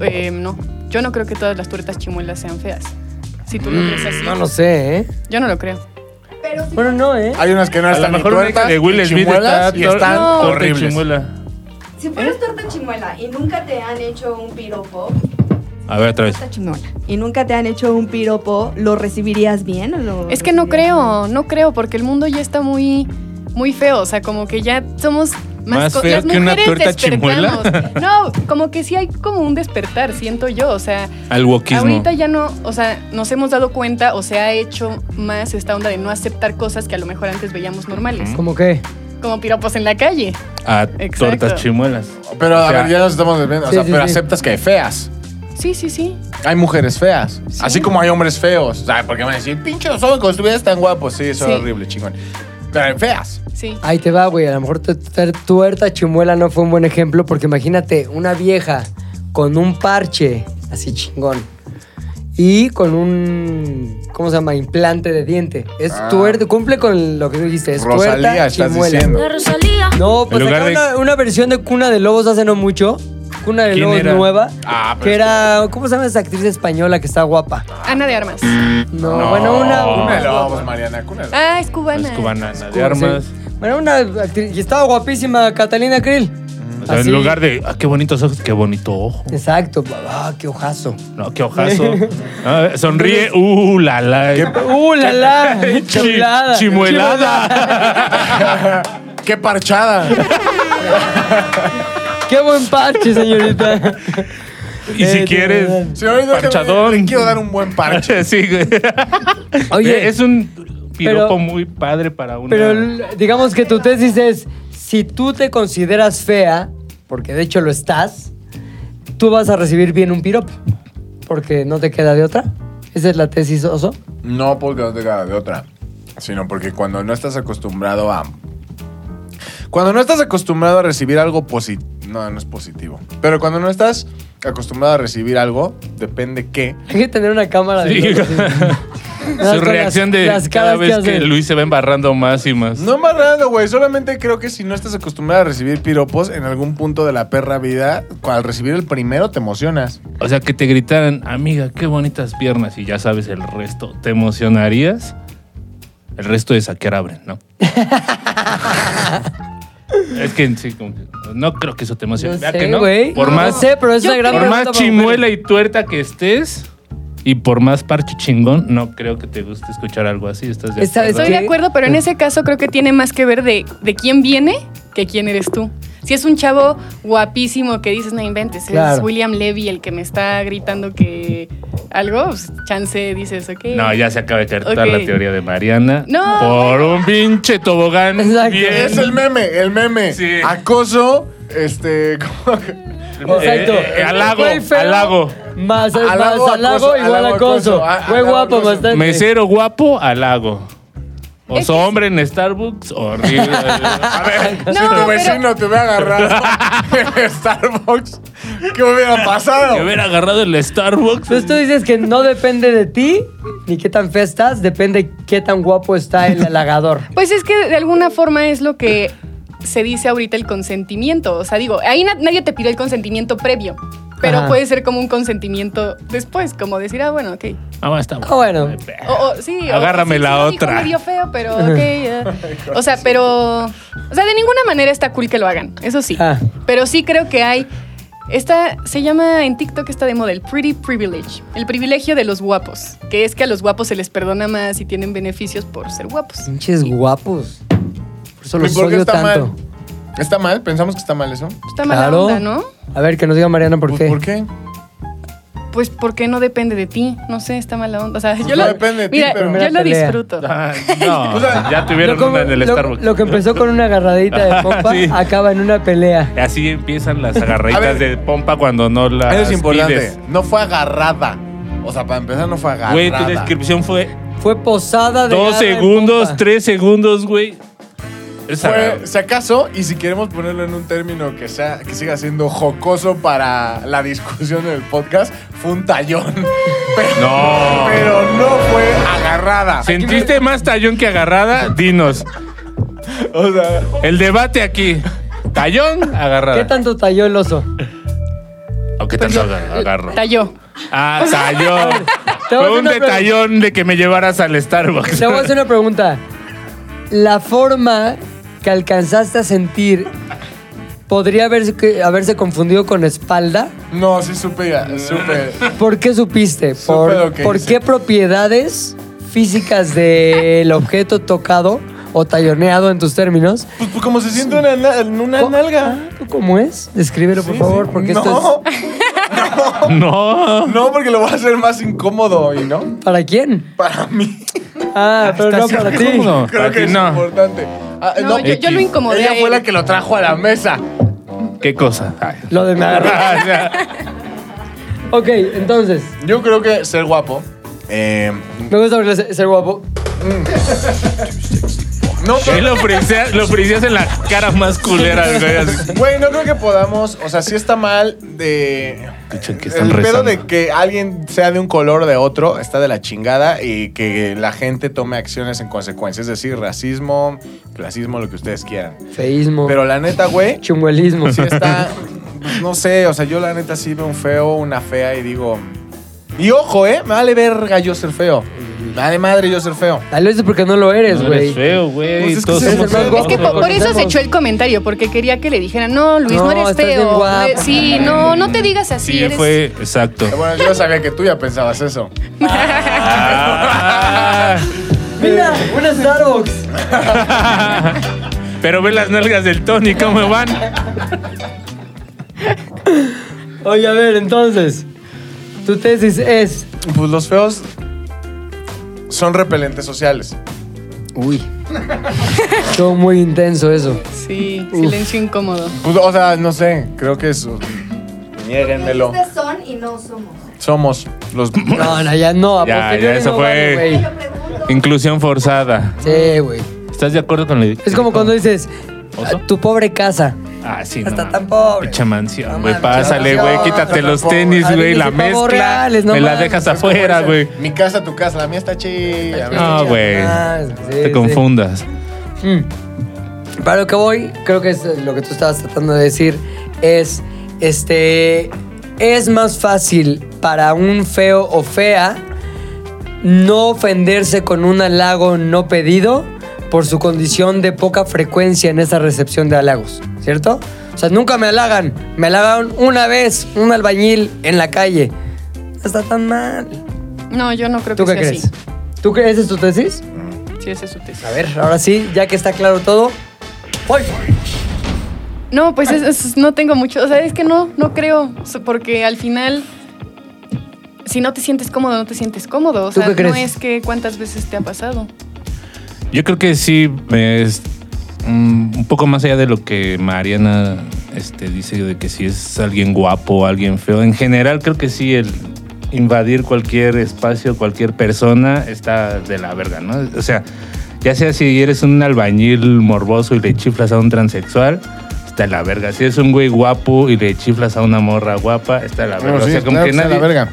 Speaker 4: eh, no. Yo no creo que todas las tuertas chimuelas sean feas. Si tú lo crees así.
Speaker 2: No lo sé, ¿eh?
Speaker 4: Yo no lo creo.
Speaker 2: Bueno, no, ¿eh?
Speaker 3: hay unas que no
Speaker 5: A lo
Speaker 3: están ni
Speaker 5: mejor una hija
Speaker 3: tuertas
Speaker 5: de Will
Speaker 3: ni
Speaker 5: Smith
Speaker 3: chimuelas
Speaker 5: está
Speaker 3: y están
Speaker 4: No.
Speaker 5: horrible.
Speaker 3: horribles.
Speaker 9: Si fueras torta chimuela y nunca te han hecho un piropo,
Speaker 5: A ver, otra vez.
Speaker 9: torta chimuela, y nunca te han hecho un piropo, ¿lo recibirías bien o lo
Speaker 4: Es que no
Speaker 9: recibirías
Speaker 4: creo, no creo, porque el mundo ya está muy, muy feo. O sea, como que ya somos
Speaker 5: ¿Más
Speaker 4: co-
Speaker 5: feo
Speaker 4: las
Speaker 5: que una
Speaker 4: mujeres
Speaker 5: tuerta chimuela?
Speaker 4: despertamos. No, como que sí hay como un despertar, siento yo. O sea,
Speaker 5: Al wokismo.
Speaker 4: ahorita ya no, o sea, nos hemos dado cuenta o se ha hecho más esta onda de no aceptar cosas que a lo mejor antes veíamos normales,
Speaker 2: ¿Cómo qué?
Speaker 4: como piropos en la calle.
Speaker 5: A
Speaker 4: Exacto.
Speaker 5: tortas chimuelas.
Speaker 3: Pero
Speaker 5: O
Speaker 3: a
Speaker 5: sea,
Speaker 3: ver, ya nos estamos desviando. O
Speaker 2: sí,
Speaker 3: sea,
Speaker 2: sí,
Speaker 3: pero
Speaker 2: sí.
Speaker 3: aceptas que hay feas.
Speaker 4: Sí, sí, sí.
Speaker 3: Hay mujeres feas.
Speaker 4: Sí.
Speaker 3: Así como hay hombres feos. O sea, porque van a decir, pinche solo cuando estuvieras tan guapo. Sí, eso es
Speaker 4: Sí.
Speaker 3: horrible, chingón. Pero hay feas.
Speaker 4: Sí.
Speaker 2: Ahí te va, güey. A lo mejor tu, tu- tu huerta chimuela no fue un buen ejemplo porque imagínate una vieja con un parche así chingón y con un, ¿cómo se llama? Implante de diente. Es tuerta, cumple con lo que tú dijiste. Es
Speaker 3: Rosalía,
Speaker 2: tuerta
Speaker 3: estás
Speaker 2: chimuela.
Speaker 3: diciendo.
Speaker 2: No, pues
Speaker 5: En lugar
Speaker 2: acá
Speaker 5: de-
Speaker 2: una, una versión de Cuna de Lobos hace no mucho. Cuna de
Speaker 5: ¿Quién
Speaker 2: Lobos
Speaker 5: era?
Speaker 2: nueva.
Speaker 3: Ah, pero
Speaker 2: que era, ¿cómo se llama esa actriz española que está guapa?
Speaker 4: Ana de Armas.
Speaker 2: No, bueno, una...
Speaker 3: Cuna
Speaker 2: una-
Speaker 3: de lobos, Mariana, cuna de lobos.
Speaker 4: Ah, es
Speaker 5: No
Speaker 4: cubana.
Speaker 5: es cubana, Ana
Speaker 2: sí.
Speaker 5: de armas.
Speaker 2: Bueno, una actriz... Y estaba guapísima Catalina Krill.
Speaker 5: O sea,
Speaker 2: Así.
Speaker 5: en lugar de, ah, qué bonitos ojos, qué bonito ojo.
Speaker 2: Exacto. Ah, qué ojazo.
Speaker 5: No, qué ojazo.
Speaker 2: <laughs>
Speaker 5: Ah, sonríe, uh, la, la. eh,
Speaker 2: ¡Uh, la <laughs> la!
Speaker 5: Chi-
Speaker 2: Chulada.
Speaker 5: <laughs> Chimuelada.
Speaker 3: ¡Qué parchada!
Speaker 2: ¡Qué buen parche,
Speaker 5: <laughs>
Speaker 2: señorita! <laughs> Eh,
Speaker 5: y si quieres,
Speaker 3: Señorita,
Speaker 5: Parchadón.
Speaker 3: déjame- Le quiero dar un buen parche.
Speaker 5: <laughs> sí, güey.
Speaker 2: <laughs> Oye,
Speaker 5: es un
Speaker 2: pero-
Speaker 5: piropo muy padre para una.
Speaker 2: Pero l- digamos que tu tesis es, si tú te consideras fea, porque de hecho lo estás, tú vas a recibir bien un piropo, porque no te queda de otra. Esa es la tesis, Oso.
Speaker 3: No porque no te queda de otra, sino porque cuando no estás acostumbrado a... Cuando no estás acostumbrado a recibir algo positivo... No, no es positivo. Pero cuando no estás acostumbrado a recibir algo, depende qué.
Speaker 2: Hay que tener una cámara.
Speaker 5: Sí.
Speaker 2: de
Speaker 5: <laughs> Su reacción de cada vez que, Luis se va embarrando más y más.
Speaker 3: No más raro, güey. Solamente creo que si no estás acostumbrado a recibir piropos en algún punto de la perra vida, cu- al recibir el primero te emocionas.
Speaker 5: O sea, que te gritaran, amiga, qué bonitas piernas, y ya sabes el resto. ¿Te emocionarías? El resto de saquear abren, ¿no? <laughs> es que sí, como que no creo que eso te emocione.
Speaker 2: No
Speaker 5: ¿Verdad
Speaker 2: sé,
Speaker 5: que no?
Speaker 2: güey.
Speaker 5: Por
Speaker 2: No
Speaker 5: más,
Speaker 2: sé, pero es
Speaker 4: Yo
Speaker 2: una gran
Speaker 5: por
Speaker 2: pregunta para
Speaker 5: más
Speaker 2: mujeres.
Speaker 5: chimuela y tuerta que estés, y por más parche chingón, no creo que te guste escuchar algo así. ¿Estás de
Speaker 2: Esta-
Speaker 5: acuerdo?
Speaker 4: Estoy de
Speaker 2: ¿Qué?
Speaker 4: acuerdo, pero en ese caso creo que tiene más que ver de, de quién viene que quién eres tú. Si es un chavo guapísimo que dices no inventes,
Speaker 2: Claro.
Speaker 4: es William Levy el que me está gritando que algo, pues, chance dices, ok.
Speaker 5: No, ya se acaba de caer toda
Speaker 4: Ok.
Speaker 5: la teoría de Mariana.
Speaker 4: No.
Speaker 5: Por un pinche tobogán.
Speaker 2: Exacto.
Speaker 5: bien-
Speaker 3: Es el meme, el meme.
Speaker 5: Sí.
Speaker 3: Acoso, este... <laughs> ¿cómo que?
Speaker 2: Exacto.
Speaker 5: Eh, eh, halago,
Speaker 2: Güey feo,
Speaker 5: halago.
Speaker 2: Más, más halago,
Speaker 3: Halago, acoso,
Speaker 2: igual
Speaker 3: halago,
Speaker 2: acoso.
Speaker 3: acoso, a-
Speaker 2: Güey
Speaker 3: halago,
Speaker 2: guapo,
Speaker 3: acoso.
Speaker 2: bastante.
Speaker 5: Mesero guapo, halago. O
Speaker 4: Es que
Speaker 5: hombre en Starbucks,
Speaker 2: <laughs>
Speaker 5: horrible.
Speaker 3: A ver,
Speaker 4: No,
Speaker 3: si tu
Speaker 4: pero-
Speaker 3: vecino te ve agarrado en Starbucks, ¿qué hubiera pasado?
Speaker 5: Me hubiera agarrado el Starbucks.
Speaker 2: Entonces tú dices que no depende de ti ni qué tan fea estás, depende qué tan guapo está el halagador.
Speaker 4: Pues es que de alguna forma es lo que se dice ahorita el consentimiento. O sea, digo, ahí na- nadie te pide el consentimiento previo, pero
Speaker 2: Ajá.
Speaker 4: puede ser como un consentimiento después, como decir, ah, bueno, ok.
Speaker 5: Ah, bueno, está bueno.
Speaker 2: Ah, bueno.
Speaker 5: Ay, pe-
Speaker 4: O, o- sí, o-
Speaker 5: Agárrame
Speaker 4: sí,
Speaker 5: la
Speaker 4: sí lo dijo
Speaker 5: otra.
Speaker 4: medio feo,
Speaker 5: <laughs>
Speaker 4: pero ok. ya. O sea, pero. O sea, de ninguna manera está cool que lo hagan, eso sí.
Speaker 2: Ah.
Speaker 4: Pero sí creo que hay. Esta se llama en TikTok esta de moda, el pretty privilege, el privilegio de los guapos, que es que a los guapos se les perdona más y tienen beneficios por ser guapos.
Speaker 2: <laughs> Pinches guapos. Por eso
Speaker 3: ¿Y
Speaker 2: los
Speaker 3: por qué
Speaker 2: odio
Speaker 3: está
Speaker 2: tanto.
Speaker 3: mal? ¿Está mal? Pensamos que está mal eso.
Speaker 4: Está mala
Speaker 2: Claro.
Speaker 4: onda, ¿no?
Speaker 2: A ver, que nos diga Mariana por
Speaker 3: Pues,
Speaker 2: qué.
Speaker 3: ¿Por qué?
Speaker 4: Pues porque no depende de ti, no sé, está mala onda. O sea, yo
Speaker 3: no
Speaker 4: lo,
Speaker 3: depende de ti,
Speaker 4: mira,
Speaker 3: pero-
Speaker 4: yo lo
Speaker 2: Pelea.
Speaker 4: disfruto.
Speaker 5: Ay, Ah, no,
Speaker 3: O sea,
Speaker 5: ya
Speaker 2: Lo,
Speaker 5: tuvieron
Speaker 2: como-
Speaker 5: una en el
Speaker 2: lo-
Speaker 5: Starbucks. Ah,
Speaker 2: lo que empezó con una
Speaker 5: <laughs>
Speaker 2: agarradita de pompa
Speaker 5: Sí.
Speaker 2: acaba en una pelea.
Speaker 5: Así
Speaker 2: <laughs>
Speaker 5: empiezan las
Speaker 3: A ver.
Speaker 5: agarraditas de pompa cuando no las
Speaker 3: Eso es importante.
Speaker 5: pides.
Speaker 3: No fue agarrada. O sea, para empezar, no fue agarrada.
Speaker 5: Güey, tu descripción fue
Speaker 2: Fue posada de.
Speaker 5: dos
Speaker 2: garra en
Speaker 5: segundos,
Speaker 2: pompa.
Speaker 5: tres segundos, güey. Esa-
Speaker 3: Fue, si acaso, y si queremos ponerlo en un término que, sea, que siga siendo jocoso para la discusión del podcast, fue un tallón.
Speaker 2: <laughs>
Speaker 3: Pero
Speaker 5: No.
Speaker 3: pero no fue agarrada.
Speaker 5: ¿Sentiste más tallón que agarrada? Dinos.
Speaker 3: O sea,
Speaker 5: El debate aquí. Tallón, agarrada.
Speaker 2: ¿Qué tanto talló el oso?
Speaker 5: ¿O qué tanto aga- agarro?
Speaker 4: Talló.
Speaker 5: Ah, tallón.
Speaker 2: <laughs> te voy a
Speaker 5: Fue
Speaker 2: hacer
Speaker 5: un
Speaker 2: una pregunta.
Speaker 5: detallón de que me llevaras al Starbucks.
Speaker 2: Te voy a hacer una pregunta. La forma que alcanzaste a sentir podría haberse, que- haberse confundido con espalda.
Speaker 3: no, sí supe, ya, supe.
Speaker 2: <laughs> ¿Por qué supiste?
Speaker 3: Supe
Speaker 2: ¿Por,
Speaker 3: lo que
Speaker 2: por
Speaker 3: hice.
Speaker 2: qué propiedades físicas del objeto tocado o talloneado en tus términos.
Speaker 3: Pues, pues como se siente una, na- en una
Speaker 2: Co-
Speaker 3: nalga.
Speaker 2: Ah, ¿Cómo es? Descríbelo, por
Speaker 3: Sí,
Speaker 2: favor,
Speaker 3: sí.
Speaker 2: porque
Speaker 3: no,
Speaker 2: esto
Speaker 5: No.
Speaker 3: No, porque lo voy a hacer más incómodo hoy, ¿no?
Speaker 2: es. ¿Para quién?
Speaker 3: Para mí. <laughs>
Speaker 2: Ah, pero no para ti.
Speaker 5: incómodo.
Speaker 3: Creo
Speaker 5: Para
Speaker 3: que
Speaker 5: ti
Speaker 3: es
Speaker 5: no.
Speaker 3: importante. Ah,
Speaker 4: No, yo, yo lo
Speaker 5: X.
Speaker 4: incomodé.
Speaker 3: Ella
Speaker 4: a
Speaker 3: fue
Speaker 4: él.
Speaker 3: la que lo trajo a la mesa.
Speaker 5: ¿Qué cosa? Ay.
Speaker 2: Lo de mi perro.
Speaker 5: Ah, ya.
Speaker 2: Ok, entonces,
Speaker 3: Yo creo que ser guapo. eh,
Speaker 2: me gusta verle ser ser guapo.
Speaker 3: no,
Speaker 5: Él
Speaker 3: pero-
Speaker 5: lo friseas, lo friseas en la cara más culera, güey. así.
Speaker 3: Güey, no creo que podamos. O sea, sí está mal de.
Speaker 5: Dicen que están
Speaker 3: el pedo
Speaker 5: rezando.
Speaker 3: de que alguien sea de un color o de otro está de la chingada y que la gente tome acciones en consecuencia. Es decir, racismo, clasismo, lo que ustedes quieran.
Speaker 2: Feísmo.
Speaker 3: Pero la neta, güey,
Speaker 2: Chunguelismo.
Speaker 3: sí está. pues, No sé, o sea, yo la neta sí veo un feo, una fea y digo. Y ojo, ¿eh? Me vale verga yo ser feo. Me vale madre yo ser feo.
Speaker 2: Tal vez es porque no lo eres,
Speaker 5: No eres
Speaker 2: güey.
Speaker 5: feo, güey.
Speaker 3: Pues es que
Speaker 5: Todos
Speaker 3: sí eres
Speaker 5: somos
Speaker 3: el más
Speaker 5: feos.
Speaker 4: Es que po- por, eso se
Speaker 2: Conocemos.
Speaker 4: echó el comentario, porque quería que le dijeran, no, Luis, no,
Speaker 2: No,
Speaker 4: eres
Speaker 2: estás bien
Speaker 4: feo.
Speaker 2: guapo".
Speaker 4: Eh, Sí, no, no te digas así.
Speaker 5: Sí,
Speaker 4: eres...
Speaker 5: fue exacto.
Speaker 3: Bueno, yo sabía que tú ya pensabas eso.
Speaker 5: Ah.
Speaker 2: Mira, una Starbucks.
Speaker 5: <laughs> Pero ve las nalgas del Tony, ¿cómo van?
Speaker 2: Oye, a ver, entonces, tu tesis es.
Speaker 3: Pues los feos son repelentes sociales.
Speaker 2: Uy. Estuvo muy intenso eso.
Speaker 4: <laughs> Sí, silencio incómodo.
Speaker 3: Pues, o sea, no sé, creo que eso. Niéguenmelo.
Speaker 9: Ustedes son y no somos.
Speaker 3: Somos los. <laughs>
Speaker 2: No, no, ya no.
Speaker 5: Ya,
Speaker 2: posteriori
Speaker 5: ya, eso
Speaker 2: no
Speaker 5: fue.
Speaker 2: vale, güey.
Speaker 9: Yo pregunto.
Speaker 5: Inclusión forzada.
Speaker 2: Sí, güey.
Speaker 5: ¿Estás de acuerdo con el
Speaker 2: Es como cuando dices,
Speaker 5: ¿Oso?
Speaker 2: tu pobre casa.
Speaker 5: Ah, sí, no
Speaker 2: Hasta
Speaker 5: mames.
Speaker 2: tan pobre.
Speaker 5: Pinche mansión,
Speaker 2: No
Speaker 5: güey.
Speaker 2: mames,
Speaker 5: Pásale,
Speaker 2: pinche
Speaker 5: güey.
Speaker 2: mansión.
Speaker 5: Quítate
Speaker 3: Hasta
Speaker 5: los
Speaker 3: tan
Speaker 5: tenis,
Speaker 2: pobre.
Speaker 5: güey. La
Speaker 2: Adivina si
Speaker 5: mezcla.
Speaker 2: pavos reales, no
Speaker 5: me la
Speaker 2: mames.
Speaker 5: dejas afuera, güey.
Speaker 3: Mi casa, tu casa, la mía está chida.
Speaker 5: Ah,
Speaker 2: Sí,
Speaker 5: güey.
Speaker 2: ah, sí,
Speaker 5: Te
Speaker 2: sí.
Speaker 5: confundas.
Speaker 2: Mm. Para lo que voy, creo que es lo que tú estabas tratando de decir es, este, es más fácil para un feo o fea no ofenderse con un halago no pedido por su condición de poca frecuencia en esa recepción de halagos, ¿cierto? O sea, nunca me halagan, me halagaron una vez un albañil en la calle. No está tan mal.
Speaker 4: No, yo no creo
Speaker 2: ¿Tú
Speaker 4: que
Speaker 2: qué
Speaker 4: sea
Speaker 2: crees?
Speaker 4: así.
Speaker 2: ¿Tú crees es tu tesis?
Speaker 4: Sí, esa es su tesis.
Speaker 2: A ver, ahora sí, ya que está claro todo. ¡Voy!
Speaker 4: No, pues es- es- no tengo mucho. O sea, es que no, no creo. so- Porque al final, si no te sientes cómodo, no te sientes cómodo. O
Speaker 2: ¿Tú
Speaker 4: sea,
Speaker 2: qué
Speaker 4: no
Speaker 2: crees?
Speaker 4: es que cuántas veces te ha pasado.
Speaker 5: Yo creo que sí es mm, un poco más allá de lo que Mariana este, dice de que si es alguien guapo o alguien feo. En general creo que sí el invadir cualquier espacio, cualquier persona está de la verga, ¿no? O sea, ya sea si eres un albañil morboso y le chiflas a un transexual, está de la verga. Si eres un güey guapo y le chiflas a una morra guapa, está de la verga. o sea, como que nadie...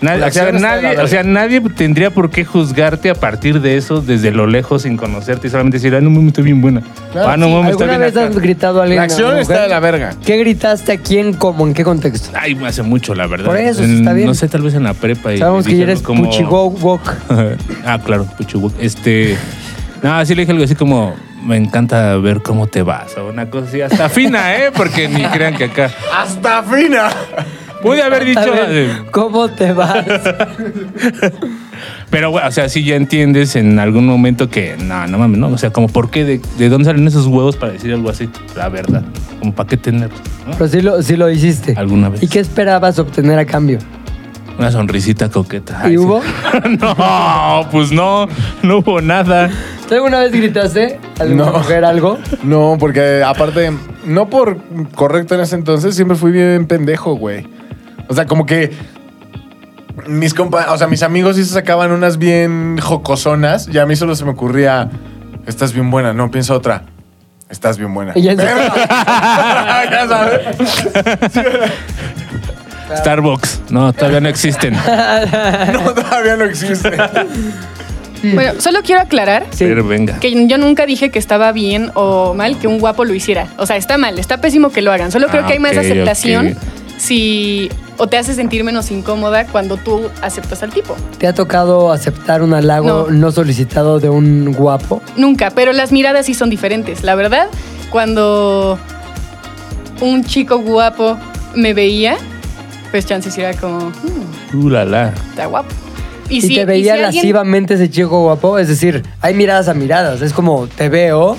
Speaker 5: Nadie,
Speaker 3: La
Speaker 5: o, sea,
Speaker 3: acción está de la
Speaker 5: nadie,
Speaker 3: verga.
Speaker 5: o sea, nadie tendría por qué juzgarte a partir de eso desde lo lejos sin conocerte y solamente decir, ah, no mames, estoy bien buena.
Speaker 3: Claro,
Speaker 5: ah, no mames, estoy
Speaker 2: ¿Alguna
Speaker 5: bien
Speaker 2: vez
Speaker 5: acá".
Speaker 2: has gritado a alguien?
Speaker 3: La
Speaker 2: a
Speaker 3: acción
Speaker 2: una
Speaker 3: está
Speaker 2: mujer?
Speaker 3: de la verga.
Speaker 2: ¿Qué gritaste a quién, cómo, en qué contexto?
Speaker 5: Ay, me hace mucho, la verdad.
Speaker 2: Por eso,
Speaker 5: En-
Speaker 2: está bien.
Speaker 5: No sé, tal vez en la prepa. y
Speaker 2: Sabemos
Speaker 5: le
Speaker 2: que ya
Speaker 5: dije
Speaker 2: eres
Speaker 5: algo como-
Speaker 2: Puchigo Wok.
Speaker 5: <laughs> ah, claro, Puchiwok. Este. No, sí le dije algo así como, me encanta ver cómo te vas o una cosa así. Hasta fina, ¿eh? Porque ni crean que acá.
Speaker 3: <laughs> ¡Hasta fina!
Speaker 5: Pude haber
Speaker 2: A
Speaker 5: dicho.
Speaker 2: ver,
Speaker 5: eh,
Speaker 2: ¿Cómo te vas?
Speaker 5: Pero, güey, o sea, sí ya entiendes en algún momento que, no, no mames, no. O sea, como, ¿por qué? ¿De, de dónde salen esos huevos para decir algo así? La verdad. Como, ¿para qué tenerlos? no?
Speaker 2: Pero sí lo, sí lo hiciste.
Speaker 5: Alguna vez.
Speaker 2: ¿Y qué esperabas obtener a cambio?
Speaker 5: Una sonrisita coqueta.
Speaker 2: ¿Y
Speaker 5: sí.
Speaker 2: hubo?
Speaker 5: <laughs> no, pues no, no hubo nada.
Speaker 2: ¿Tú alguna vez gritaste a alguna
Speaker 3: No.
Speaker 2: mujer algo?
Speaker 3: No, porque aparte, no por correcto en ese entonces, siempre fui bien pendejo, güey. O sea, como que mis compa o sea, mis amigos sí se sacaban unas bien jocosonas y a mí solo se me ocurría, estás bien buena, no, piensa otra. Estás bien buena.
Speaker 2: Y ya en-
Speaker 3: <laughs> ya sabes.
Speaker 5: Starbucks. No, todavía no existen. <laughs>
Speaker 3: No, todavía no existe.
Speaker 2: Hmm.
Speaker 4: Bueno, solo quiero aclarar
Speaker 2: Sí.
Speaker 5: Pero venga.
Speaker 4: que yo nunca dije que estaba bien o mal que un guapo lo hiciera. O sea, está mal, está pésimo que lo hagan. Solo creo
Speaker 5: Ah,
Speaker 4: que hay más
Speaker 5: ok,
Speaker 4: aceptación
Speaker 5: ok.
Speaker 4: si o te hace sentir menos incómoda cuando tú aceptas al tipo.
Speaker 2: ¿Te ha tocado aceptar un halago no,
Speaker 4: No.
Speaker 2: solicitado de un guapo?
Speaker 4: Nunca, pero las miradas sí son diferentes. La verdad, cuando un chico guapo me veía, pues chances era como, "Mm,
Speaker 5: Uh, la, la.
Speaker 4: está guapo. Y
Speaker 2: Y,
Speaker 4: si- y
Speaker 2: te veía
Speaker 4: si alguien-
Speaker 2: lascivamente ese chico guapo. Es decir, hay miradas a miradas. Es como te veo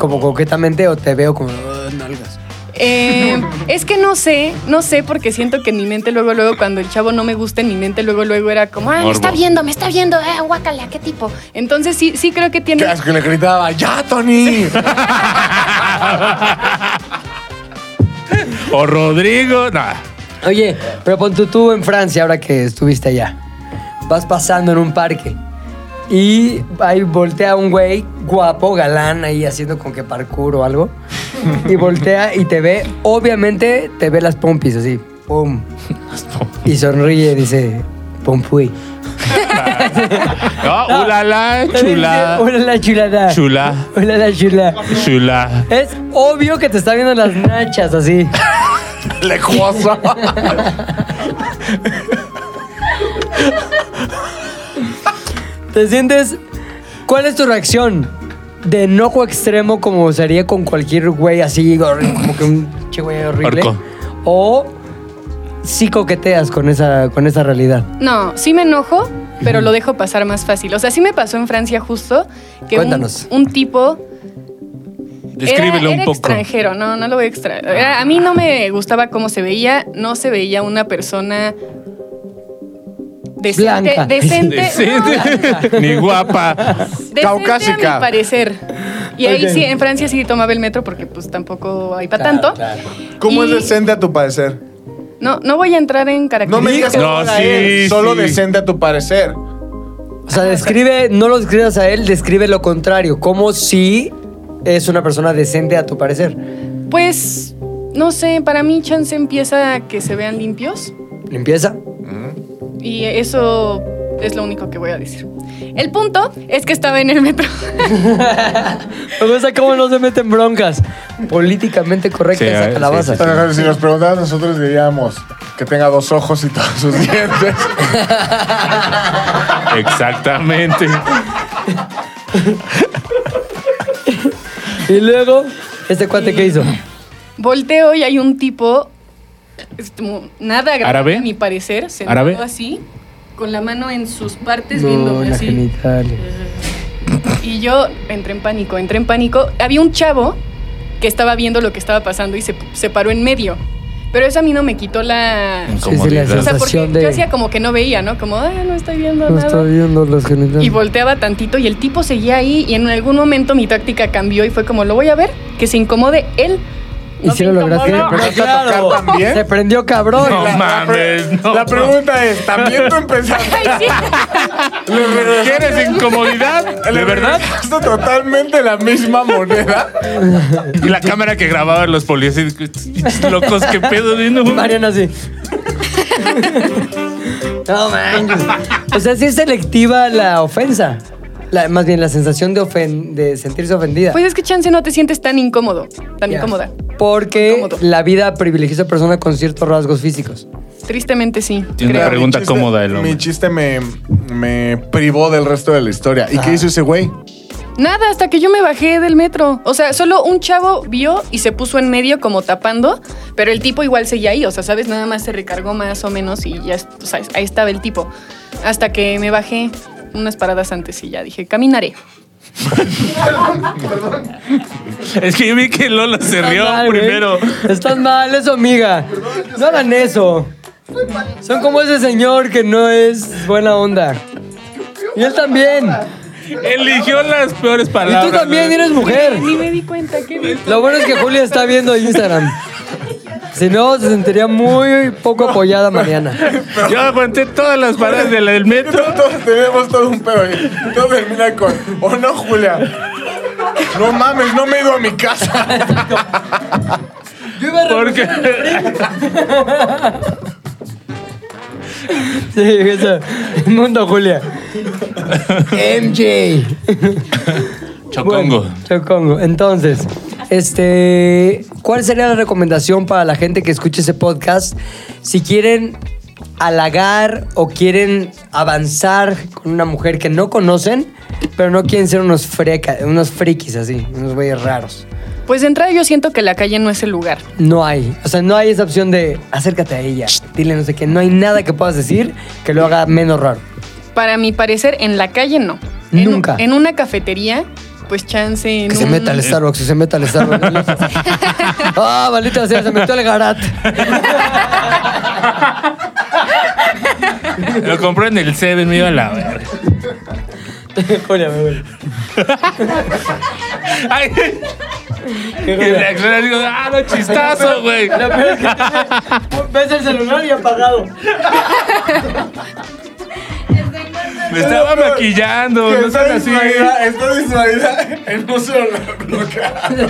Speaker 2: como coquetamente o te veo como "Ah, nalgas.
Speaker 4: Eh, es que no sé, no sé, porque siento que en mi mente luego, luego, cuando el chavo no me gusta, en mi mente luego, luego era como, ah, me
Speaker 5: Morbo.
Speaker 4: está viendo, me está viendo, ah, guácala, qué tipo. Entonces sí, sí creo que
Speaker 3: <laughs> Qué
Speaker 4: tiene...
Speaker 3: asco que le gritaba, ¡ya, Tony!
Speaker 5: O Rodrigo. Nah.
Speaker 2: Oye, pero pon tú, tú en Francia, ahora que estuviste allá. Vas pasando en un parque y ahí voltea un güey guapo, galán, ahí haciendo con que parkour o algo. Y voltea y te ve, obviamente te ve las pompis así, pum. Y sonríe, dice, pompuy.
Speaker 5: No, ulala, chula.
Speaker 2: <laughs> Hola la chulada.
Speaker 5: Chula.
Speaker 2: Hola la chula.
Speaker 5: Chula.
Speaker 2: Es obvio que te está viendo las nachas así.
Speaker 3: ¡Lejosa!
Speaker 2: ¿Te sientes? ¿Cuál es tu reacción? De enojo extremo como sería con cualquier güey así, horri- como que un che güey horrible.
Speaker 5: Orco.
Speaker 2: O sí coqueteas con esa, con esa realidad.
Speaker 4: No, sí me enojo, pero lo dejo pasar más fácil. O sea, sí me pasó en Francia justo que un-
Speaker 2: Cuéntanos.
Speaker 4: un tipo Era-
Speaker 5: Descríbelo
Speaker 4: era
Speaker 5: un poco.
Speaker 4: extranjero, no, no lo voy a extraer. Era- A mí no me gustaba cómo se veía, no se veía una persona decente,
Speaker 2: Blanca.
Speaker 4: decente,
Speaker 5: <laughs> Decente. Ni guapa.
Speaker 4: no, decente
Speaker 3: Caucásica.
Speaker 4: a mi parecer. Y ahí
Speaker 2: Ok.
Speaker 4: sí, en Francia sí tomaba el metro porque pues tampoco hay para tanto.
Speaker 3: ¿Cómo es
Speaker 4: Y-
Speaker 3: decente a tu parecer?
Speaker 4: No, no voy a entrar en
Speaker 3: No me
Speaker 4: características.
Speaker 3: digas
Speaker 5: No,
Speaker 3: cómo era
Speaker 5: sí,
Speaker 3: él,
Speaker 5: sí.
Speaker 3: solo decente a tu parecer.
Speaker 2: O sea, describe, no lo describas a él, describe lo contrario. Como si es una persona decente a tu parecer.
Speaker 4: Pues no sé, para mí chance empieza a que se vean limpios.
Speaker 2: Limpieza.
Speaker 4: Y eso es lo único que voy a decir. El punto es que estaba en el metro. <laughs>
Speaker 2: Me gusta cómo no se meten broncas. Políticamente correcta
Speaker 5: Sí,
Speaker 2: esa
Speaker 5: sí,
Speaker 2: calabaza.
Speaker 5: sí,
Speaker 3: Pero si nos preguntabas, nosotros diríamos que tenga dos ojos y todos <laughs> sus dientes.
Speaker 5: Exactamente.
Speaker 2: Y luego, ¿este cuate qué hizo?
Speaker 4: Volteo y hay un tipo es como nada agradable,
Speaker 5: ¿Árabe?
Speaker 4: a mi parecer, sentado
Speaker 5: ¿Árabe?
Speaker 4: así, con la mano en sus partes
Speaker 2: No,
Speaker 4: viéndome
Speaker 2: la
Speaker 4: así.
Speaker 2: genital.
Speaker 4: Y yo entré en pánico, entré en pánico. Había un chavo que estaba viendo lo que estaba pasando y se, se paró en medio. Pero eso a mí no me quitó la...
Speaker 2: Sí, sí, la
Speaker 5: Incomodidad.
Speaker 4: O sea, porque
Speaker 2: sensación de...
Speaker 4: yo hacía como que no veía, ¿no? Como, ah, no estoy viendo
Speaker 2: No
Speaker 4: nada.
Speaker 2: estoy viendo los genitales.
Speaker 4: Y volteaba tantito y el tipo seguía ahí y en algún momento mi táctica cambió y fue como, lo voy a ver, que se incomode él.
Speaker 2: ¿Y
Speaker 4: No
Speaker 2: si
Speaker 4: se
Speaker 2: lo lograste?
Speaker 4: incomoda.
Speaker 3: Pero claro, también.
Speaker 2: Se prendió cabrón.
Speaker 5: No
Speaker 3: La- la
Speaker 5: mames,
Speaker 3: pre-
Speaker 5: no.
Speaker 3: La pregunta es, ¿también tú empezaste?
Speaker 4: Ay,
Speaker 2: <laughs>
Speaker 4: sí.
Speaker 5: ¿Quieres incomodidad? ¿De
Speaker 3: ¿Le
Speaker 5: verdad?
Speaker 3: regresaste totalmente la misma
Speaker 5: <laughs>
Speaker 3: moneda?
Speaker 5: Y la cámara que grababa los policías. y- pinches Locos, qué pedo. No,
Speaker 2: Mariana así.
Speaker 4: <laughs>
Speaker 2: no manches. O sea, sí es selectiva la ofensa. La- más bien la sensación de, ofen- de sentirse ofendida.
Speaker 4: Pues es que chance no te sientes tan incómodo, tan
Speaker 2: Ya.
Speaker 4: incómoda.
Speaker 2: Porque
Speaker 4: Incómodo.
Speaker 2: la vida privilegia a esa persona con ciertos rasgos físicos.
Speaker 4: Tristemente sí.
Speaker 5: Tiene una
Speaker 3: Mira,
Speaker 5: pregunta
Speaker 3: mi chiste-
Speaker 5: cómoda el hombre.
Speaker 3: Mi chiste me, me privó del resto de la historia. ¿Y qué hizo ese güey?
Speaker 4: Nada, hasta que yo me bajé del metro. O sea, solo un chavo vio y se puso en medio como tapando, pero el tipo igual seguía ahí. O sea, ¿sabes? Nada más se recargó más o menos y ya, es- o sea, ahí estaba el tipo. Hasta que me bajé unas paradas antes y ya dije, caminaré.
Speaker 5: Es que yo vi que Lola se rió
Speaker 2: Estás mal, güey.
Speaker 5: primero.
Speaker 2: Estás mal, eso, amiga. No hagan eso. Son como ese señor que no es buena onda. Y él también.
Speaker 5: Eligió las peores
Speaker 2: Y
Speaker 5: palabras.
Speaker 2: tú también
Speaker 5: güey.
Speaker 2: eres mujer.
Speaker 4: Ni me di cuenta, qué bien.
Speaker 2: Lo bueno es que Julia está viendo Instagram. Si no, se sentiría muy poco apoyada Mariana.
Speaker 5: Yo aguanté todas las paradas del del metro.
Speaker 3: Todos tenemos todo un pedo ahí. Todo termina con, oh no, Julia. No mames, no me he ido a mi casa.
Speaker 2: Yo iba a
Speaker 5: Porque
Speaker 2: Sí, eso. El mundo, Julia. MJ.
Speaker 5: Chocongo.
Speaker 2: Bueno, Chocongo. Entonces, este, ¿cuál sería la recomendación para la gente que escuche ese podcast? Si quieren halagar o quieren avanzar con una mujer que no conocen, pero no quieren ser unos freca, unos frikis así, unos güeyes raros.
Speaker 4: Pues de entrada yo siento que la calle no es el lugar.
Speaker 2: No hay. O sea, no hay esa opción de acércate a ella, dile no sé qué. No hay nada que puedas decir que lo haga menos raro.
Speaker 4: Para mi parecer, en la calle no. En-
Speaker 2: Nunca.
Speaker 4: En, una cafetería, pues chance. En
Speaker 2: Que se
Speaker 4: un-
Speaker 2: meta al Starbucks, que se meta al Starbucks. <laughs> Ah, maldita sea, se metió al garat.
Speaker 5: Lo compré en el Seven, me iba a la verga.
Speaker 2: <laughs> Julia, me voy.
Speaker 5: Ay. Y reacciona así, ah, no chistazo, güey.
Speaker 2: La peor es que <laughs> ves el celular y apagado.
Speaker 5: Me estaba maquillando, no sean
Speaker 3: Está
Speaker 5: así.
Speaker 3: distraída, está distraída en un celular bloqueado.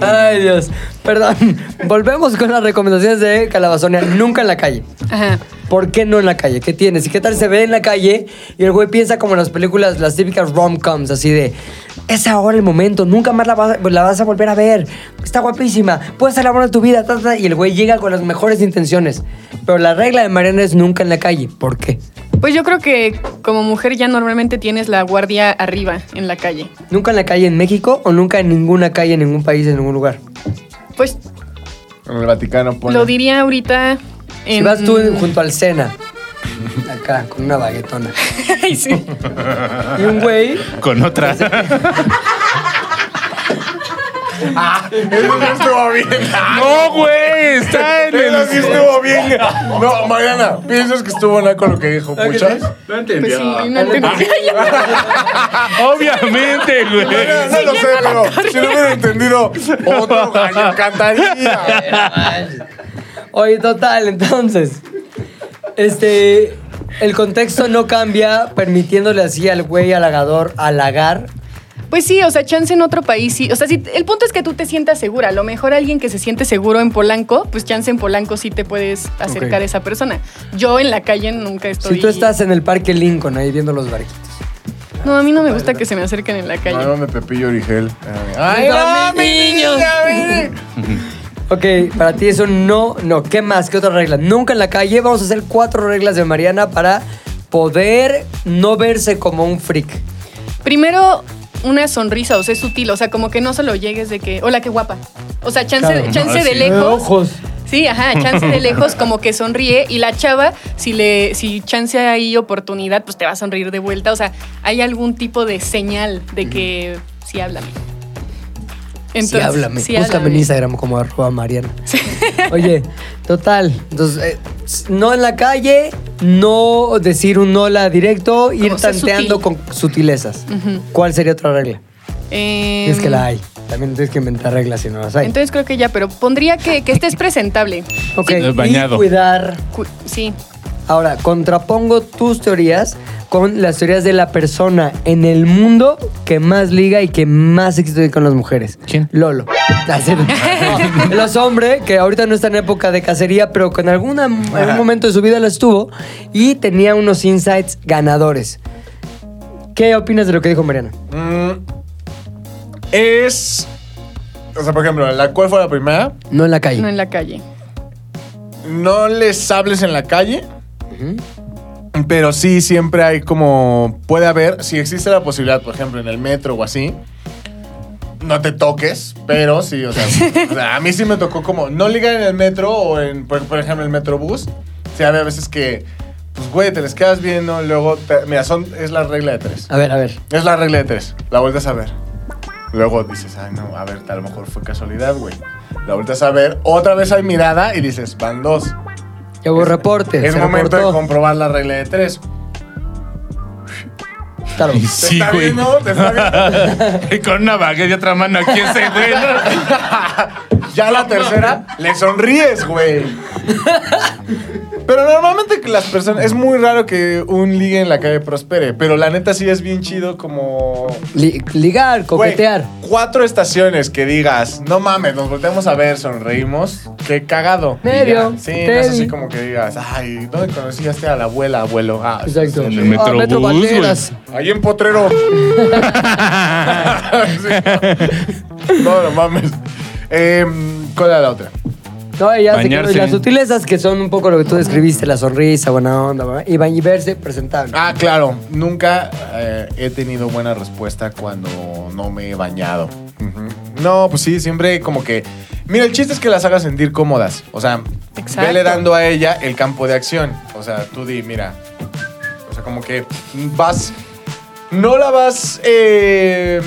Speaker 2: Ay, Dios. Perdón. Volvemos con las recomendaciones de Calabazonia. Nunca en la calle.
Speaker 4: Ajá.
Speaker 2: ¿Por qué no en la calle? ¿Qué tienes? ¿Y qué tal se ve en la calle? Y el güey piensa como en las películas, las típicas rom-coms, así de, es ahora el momento, nunca más la vas, la vas a volver a ver, está guapísima, puedes ser la amor de tu vida, ta, ta", y el güey llega con las mejores intenciones. Pero la regla de Mariana es nunca en la calle. ¿Por qué?
Speaker 4: Pues yo creo que como mujer ya normalmente tienes la guardia arriba en la calle.
Speaker 2: ¿Nunca en la calle en México o nunca en ninguna calle, en ningún país, en ningún lugar?
Speaker 4: Pues
Speaker 3: En el Vaticano pone.
Speaker 4: lo diría ahorita. En...
Speaker 2: Si vas tú junto al Sena, acá, con una baguetona,
Speaker 4: <laughs>
Speaker 2: <laughs>
Speaker 4: Ay, sí.
Speaker 2: y un güey
Speaker 5: Con otra.
Speaker 3: Eso no estuvo bien.
Speaker 5: No, güey, está en
Speaker 3: Eso sí
Speaker 5: el.
Speaker 3: estuvo bien. No, Mariana, ¿piensas que estuvo naco con lo que dijo Puchas?
Speaker 4: Pues sí, no entendí.
Speaker 5: Obviamente,
Speaker 3: Mariana,
Speaker 5: güey.
Speaker 3: Eh, No lo sé, pero si no hubiera entendido otro gallo cantaría.
Speaker 2: Oye, total, entonces. Este. El contexto no cambia, permitiéndole así al güey halagador halagar.
Speaker 4: Pues sí, o sea, chance en otro país sí. O sea, sí, el punto es que tú te sientas segura. A lo mejor alguien que se siente seguro en Polanco, pues chance en Polanco sí te puedes acercar
Speaker 2: Ok.
Speaker 4: a esa persona. Yo en la calle nunca estoy.
Speaker 2: Si tú estás en el parque Lincoln ahí viendo los barquitos.
Speaker 4: No, a mí no me gusta que se me acerquen en la
Speaker 3: Ay,
Speaker 4: calle.
Speaker 3: mami, Ah, Pepillo Origel. Ah, Ay,
Speaker 2: va, mi niño. Ok, para ti eso no, no. ¿Qué más? ¿Qué otra regla? Nunca en la calle. Vamos a hacer cuatro reglas de Mariana para poder no verse como un freak.
Speaker 4: Primero, una sonrisa, o sea, es sutil. O sea, como que no solo llegues de que, hola, qué guapa. O sea, chance, chance
Speaker 2: Ah,
Speaker 4: de lejos. Sí, ajá, chance de lejos como que sonríe y la chava, si le, si chance hay oportunidad, pues te va a sonreír de vuelta. O sea, hay algún tipo de señal de que sí háblame.
Speaker 2: sí,
Speaker 4: Entonces,
Speaker 2: háblame.
Speaker 4: sí,
Speaker 2: Búscame en
Speaker 4: háblame.
Speaker 2: Instagram como arroba Mariana. <laughs> Oye, total. Entonces, eh, s- no en la calle, no decir un hola directo, ir
Speaker 4: Como ser
Speaker 2: tanteando
Speaker 4: sutil.
Speaker 2: con sutilezas. ¿Cuál sería otra regla?
Speaker 4: Em,
Speaker 2: es que la hay. También tienes que inventar reglas si no las hay.
Speaker 4: Entonces creo que ya, pero pondría que, que estés presentable.
Speaker 2: Ok,
Speaker 5: Eh, bañado.
Speaker 2: Y cuidar.
Speaker 4: Cu- Sí.
Speaker 2: Ahora, contrapongo tus teorías con las teorías de la persona en el mundo que más liga y que más éxito tiene con las mujeres.
Speaker 5: ¿Quién?
Speaker 2: Lolo. <laughs> Ah, sí,
Speaker 5: <laughs>
Speaker 2: no. No, Los hombres, que ahorita no está en época de cacería, pero que en alguna- algún momento de su vida lo estuvo y tenía unos insights ganadores. ¿Qué opinas de lo que dijo Mariana?
Speaker 3: Mm, es. O sea, por ejemplo, la cual fue la primera.
Speaker 2: No en la calle.
Speaker 4: No en la calle.
Speaker 3: No les hables en la calle. Pero sí, siempre hay como. Puede haber, si existe la posibilidad, por ejemplo, en el metro o así, no te toques, pero sí, o sea, o sea, a mí sí me tocó como. No ligar en el metro o en, por, por ejemplo, en el metrobús. Sí, había veces que, pues, güey, te les quedas viendo, luego. te- mira, son, es la regla de tres.
Speaker 2: A ver, a ver.
Speaker 3: Es la regla de tres. La vueltas a ver. Luego dices, ay, no, a ver, a lo mejor fue casualidad, güey. La vueltas a ver, otra vez hay mirada y dices, van dos.
Speaker 2: Ya hubo reporte.
Speaker 3: es
Speaker 2: se
Speaker 3: momento de
Speaker 2: reportó.
Speaker 3: comprobar la regla de tres.
Speaker 2: Claro.
Speaker 3: ¿Te
Speaker 5: Sí,
Speaker 3: está
Speaker 5: güey.
Speaker 3: viendo? ¿Te está
Speaker 5: <laughs>
Speaker 3: viendo?
Speaker 5: Con una baguette y otra mano aquí ese, güey. ¿no?
Speaker 3: Ya la tercera, le sonríes, güey. Pero normalmente que las personas. Es muy raro que un ligue en la calle prospere. Pero la neta sí es bien chido como.
Speaker 2: Li- ligar,
Speaker 3: Güey,
Speaker 2: coquetear.
Speaker 3: cuatro estaciones que digas, no mames, nos volteamos a ver, sonreímos. Qué cagado. Y
Speaker 2: Medio,
Speaker 3: ya. Sí,
Speaker 2: te
Speaker 3: no es
Speaker 2: vi.
Speaker 3: así como que digas, ay, ¿dónde conociste a la abuela, abuelo? Ah,
Speaker 2: Exacto.
Speaker 5: En
Speaker 3: sí,
Speaker 5: el
Speaker 3: sí.
Speaker 5: metro.
Speaker 2: Ah, Metro
Speaker 5: Metrobús, güey.
Speaker 2: Banderas.
Speaker 3: Ahí en Potrero. Sí. No, no mames. Em, ¿Cuál era la otra?
Speaker 2: No, y ya se
Speaker 5: Bañarse.
Speaker 2: quedó. Y las sutilezas que son un poco lo que tú describiste, la sonrisa, buena onda, ¿verdad? y bañ- y verse presentable.
Speaker 3: Ah, claro. Nunca eh, he tenido buena respuesta cuando no me he bañado. Ujú. No, pues sí, siempre como que. Mira, el chiste es que las hagas sentir cómodas. O sea,
Speaker 4: Exacto.
Speaker 3: vele dando a ella el campo de acción. O sea, tú di, mira. O sea, como que vas. No la vas. eh,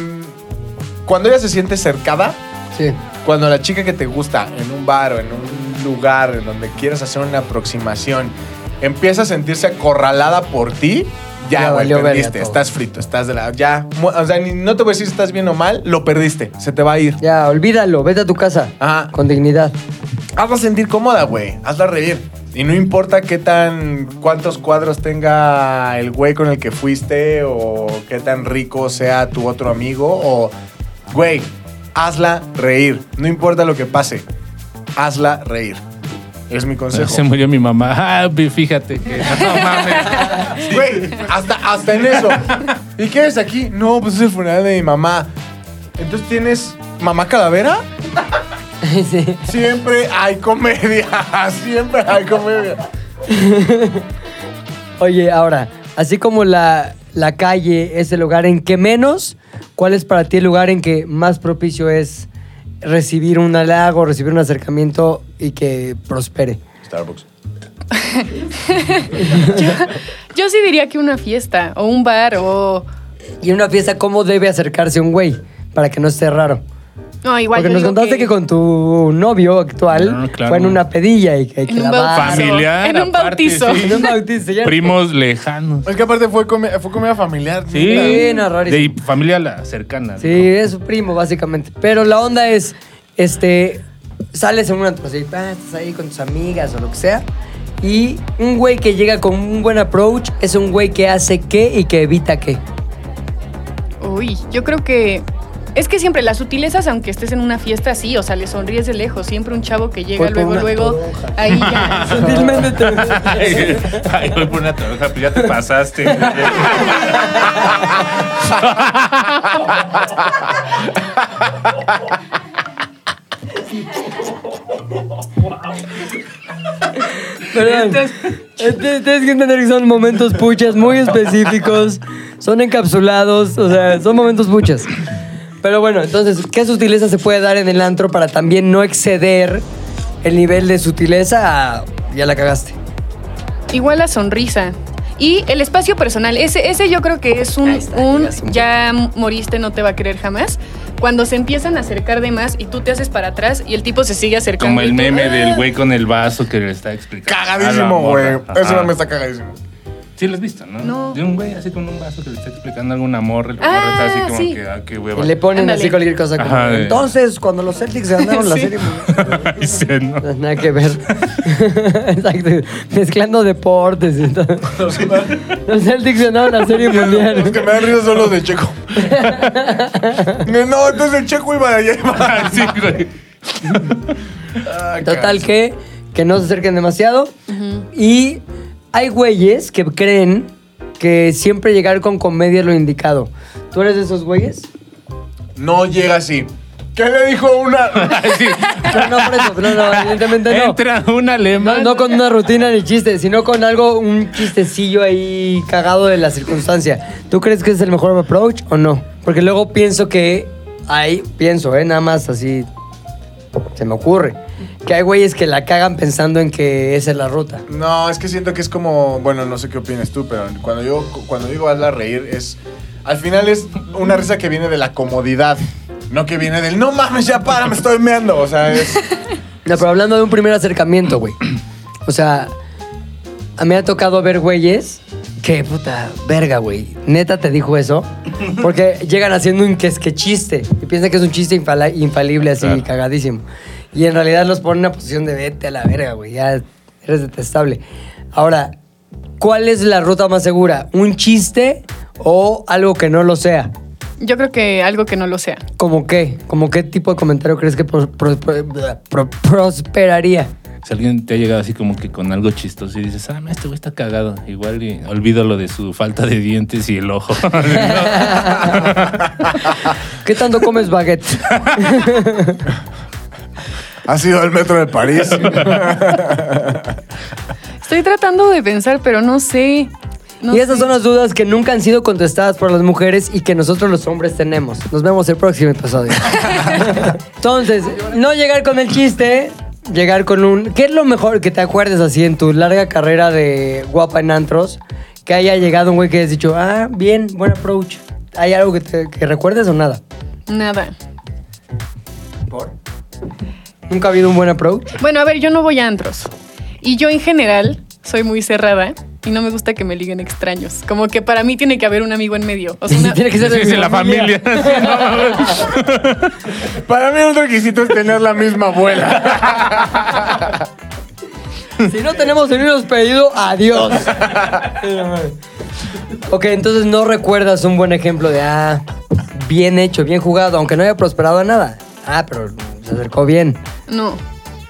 Speaker 3: cuando ella se siente cercada,
Speaker 2: Sí.
Speaker 3: cuando la chica que te gusta en un bar o en un lugar en donde quieras hacer una aproximación empieza a sentirse acorralada por ti, ya,
Speaker 2: Ya
Speaker 3: güey,
Speaker 2: valió verga
Speaker 3: perdiste,
Speaker 2: todo.
Speaker 3: estás frito, estás de la. Ya, mu- o sea, ni- no te voy a decir si estás bien o mal, lo perdiste, se te va a ir.
Speaker 2: Ya, olvídalo, vete a tu casa.
Speaker 3: Ajá.
Speaker 2: Con dignidad. <laughs>
Speaker 3: Hazla sentir cómoda, güey, hazla reír. Y no importa qué tan. cuántos cuadros tenga el güey con el que fuiste o qué tan rico sea tu otro amigo o. Güey, hazla reír. No importa lo que pase, hazla reír. Es mi consejo.
Speaker 5: Se murió mi mamá. Ah, vi- fíjate que. No mames.
Speaker 3: Güey, hasta, hasta en eso. ¿Y qué es aquí? No, pues es el funeral de mi mamá. Entonces tienes mamá calavera.
Speaker 2: sí.
Speaker 3: Siempre hay comedia. <laughs> Siempre hay comedia.
Speaker 2: Oye, ahora, así como la, la calle es el lugar en que menos, ¿cuál es para ti el lugar en que más propicio es recibir un halago, recibir un acercamiento y que prospere?
Speaker 3: Starbucks.
Speaker 4: Yo sí diría que una fiesta o un bar o...
Speaker 2: Y en una fiesta, ¿cómo debe acercarse un güey para que no esté raro?
Speaker 4: No, igual
Speaker 2: Porque
Speaker 4: yo
Speaker 2: nos
Speaker 4: digo
Speaker 2: contaste que... con tu novio actual
Speaker 5: Ah, No, claro.
Speaker 2: fue en una pedilla y que, que
Speaker 4: En
Speaker 2: la
Speaker 4: un
Speaker 2: va-
Speaker 4: bautizo.
Speaker 5: Familiar.
Speaker 4: En un
Speaker 5: aparte,
Speaker 4: bautizo.
Speaker 5: sí.
Speaker 2: En un bautizo, ya.
Speaker 5: <laughs> Primos lejanos.
Speaker 3: Es que aparte fue, come- fue comida familiar.
Speaker 5: Sí.
Speaker 2: Sí, no,
Speaker 5: de
Speaker 2: rarísimo.
Speaker 5: familia la cercana.
Speaker 2: Sí,
Speaker 3: <laughs>
Speaker 2: es su primo, básicamente. Pero la onda es, este, sales en una, pues, ahí, pa, estás ahí con tus amigas o lo que sea. Y un güey que llega con un buen approach es un güey que hace qué y que evita qué.
Speaker 4: Uy, yo creo que... Es que siempre las sutilezas, aunque estés en una fiesta así, o sea, le sonríes de lejos. Siempre un chavo que llega
Speaker 2: Voy por
Speaker 4: luego,
Speaker 2: una
Speaker 4: luego,
Speaker 2: toronja.
Speaker 4: ahí ya.
Speaker 2: <laughs> Sutilmente te-
Speaker 5: Ay, ay, voy por una toronja, pues ya te pasaste. güey.
Speaker 2: Perdón. Este- Tienes que entender que son momentos puchas muy específicos, son encapsulados, o sea, son momentos puchas. Pero bueno, entonces, ¿qué sutileza se puede dar en el antro para también no exceder el nivel de sutileza? a, ya la cagaste.
Speaker 4: Igual la sonrisa. Y el espacio personal. Ese, ese yo creo que es un,
Speaker 2: Ahí está,
Speaker 4: un
Speaker 2: llegas un-
Speaker 4: ya moriste, no te va a querer jamás. Cuando se empiezan a acercar de más y tú te haces para atrás y el tipo se sigue acercando.
Speaker 5: Como el
Speaker 4: y tú,
Speaker 5: meme
Speaker 4: "Ah".
Speaker 5: del güey con el vaso que le está explicando. a la
Speaker 3: Cagadísimo,
Speaker 5: morra.
Speaker 3: güey. Eso
Speaker 5: Ajá.
Speaker 3: no me está cagadísimo.
Speaker 5: Sí, lo has visto, ¿no?
Speaker 4: No.
Speaker 5: De un güey así con un vaso que le está explicando a algún amor. El
Speaker 4: Ah,
Speaker 5: morro está así como
Speaker 4: sí.
Speaker 5: que, ah, qué
Speaker 2: Y
Speaker 5: hueva. <laughs>
Speaker 2: le ponen
Speaker 4: Ándale.
Speaker 2: así cualquier cosa. Como,
Speaker 5: Ajá, de-
Speaker 2: Entonces, cuando los Celtics ganaron la
Speaker 4: <laughs> Sí.
Speaker 2: serie... <laughs>
Speaker 5: Y se, ¿no?
Speaker 4: <laughs>
Speaker 2: No, Nada que ver. <laughs> Exacto. Mezclando deportes y
Speaker 5: <laughs>
Speaker 2: todo.
Speaker 3: Los que me
Speaker 2: Los Celtics ganaron la serie mundial.
Speaker 3: dan risa son los de
Speaker 5: <laughs>
Speaker 3: Checo. No, entonces el Checo iba a llevar.
Speaker 5: Ah, sí, güey.
Speaker 3: Ah,
Speaker 2: <laughs> Total
Speaker 3: cagazo.
Speaker 2: que, que no se acerquen demasiado. Y hay güeyes que creen que siempre llegar con comedia es lo indicado. ¿Tú eres de esos
Speaker 5: <laughs>
Speaker 2: güeyes?
Speaker 3: No llega así. ¿Qué le dijo una?
Speaker 5: Ah, sí.
Speaker 2: No, no, por eso. No, no, evidentemente <laughs> no.
Speaker 5: Entra un alemán.
Speaker 2: No, no con una rutina ni chiste, sino con algo, un chistecillo ahí cagado de la circunstancia. ¿Tú crees que es el mejor approach o no? Porque luego pienso que hay, pienso, ¿eh? nada más así se me ocurre, que hay güeyes que la cagan pensando en que esa es la ruta.
Speaker 3: No, es que siento que es como, bueno, no sé qué opinas tú, pero cuando yo cuando digo hazla reír es al final es una risa que viene de la comodidad, no que viene del no mames, ya para, me estoy meando, o sea, es
Speaker 2: No, pero hablando de un primer acercamiento, güey. O sea, a mí me ha tocado ver güeyes que puta verga, güey. Neta te dijo eso. Porque llegan haciendo un que es que chiste. Y piensan que es un chiste infala- infalible, así,
Speaker 5: Claro.
Speaker 2: cagadísimo. Y en realidad los ponen en una posición de vete a la verga, güey. Ya eres detestable. Ahora, ¿cuál es la ruta más segura? ¿Un chiste o algo que no lo sea?
Speaker 4: Yo creo que algo que no lo sea.
Speaker 2: ¿Cómo qué? ¿Cómo qué tipo de comentario crees que pro- pro- pro- pro- prosperaría?
Speaker 5: Si alguien te ha llegado así como que con algo chistoso y dices, ah, no, este güey está cagado. Igual y olvido lo de su falta de dientes y el ojo.
Speaker 2: <laughs> ¿Qué tanto comes baguette?
Speaker 3: ha sido el metro de
Speaker 5: <laughs>
Speaker 3: París.
Speaker 4: Estoy tratando de pensar, pero <laughs> no sé. No
Speaker 2: y esas
Speaker 4: sé.
Speaker 2: son las dudas que nunca han sido contestadas por las mujeres y que nosotros los hombres tenemos. Nos vemos el próximo
Speaker 4: <laughs>
Speaker 2: episodio. Entonces, no llegar con el chiste, llegar con un... ¿Qué es lo mejor que te acuerdes así en tu larga carrera de guapa en antros? Que haya llegado un güey que has dicho, ah, bien, buen approach. ¿Hay algo que, te- que recuerdes o nada?
Speaker 4: Nada.
Speaker 2: ¿Nunca ha habido un buen approach?
Speaker 4: Bueno, a ver, yo no voy a antros. Y yo en general soy muy cerrada y no me gusta que me liguen extraños. Como que para mí tiene que haber un amigo en medio.
Speaker 2: <laughs>
Speaker 4: O sea, una-
Speaker 2: Tiene que ser de
Speaker 5: Sí,
Speaker 2: mi
Speaker 5: sí, la familia.
Speaker 2: <laughs>
Speaker 5: <laughs>
Speaker 3: Para mí un requisito es tener la misma abuela.
Speaker 2: Si no tenemos el mismo pedido, <laughs> adiós. ok, entonces no recuerdas un buen ejemplo de, ah, bien hecho, bien jugado, aunque no haya prosperado en nada. Ah, pero se acercó bien.
Speaker 4: No,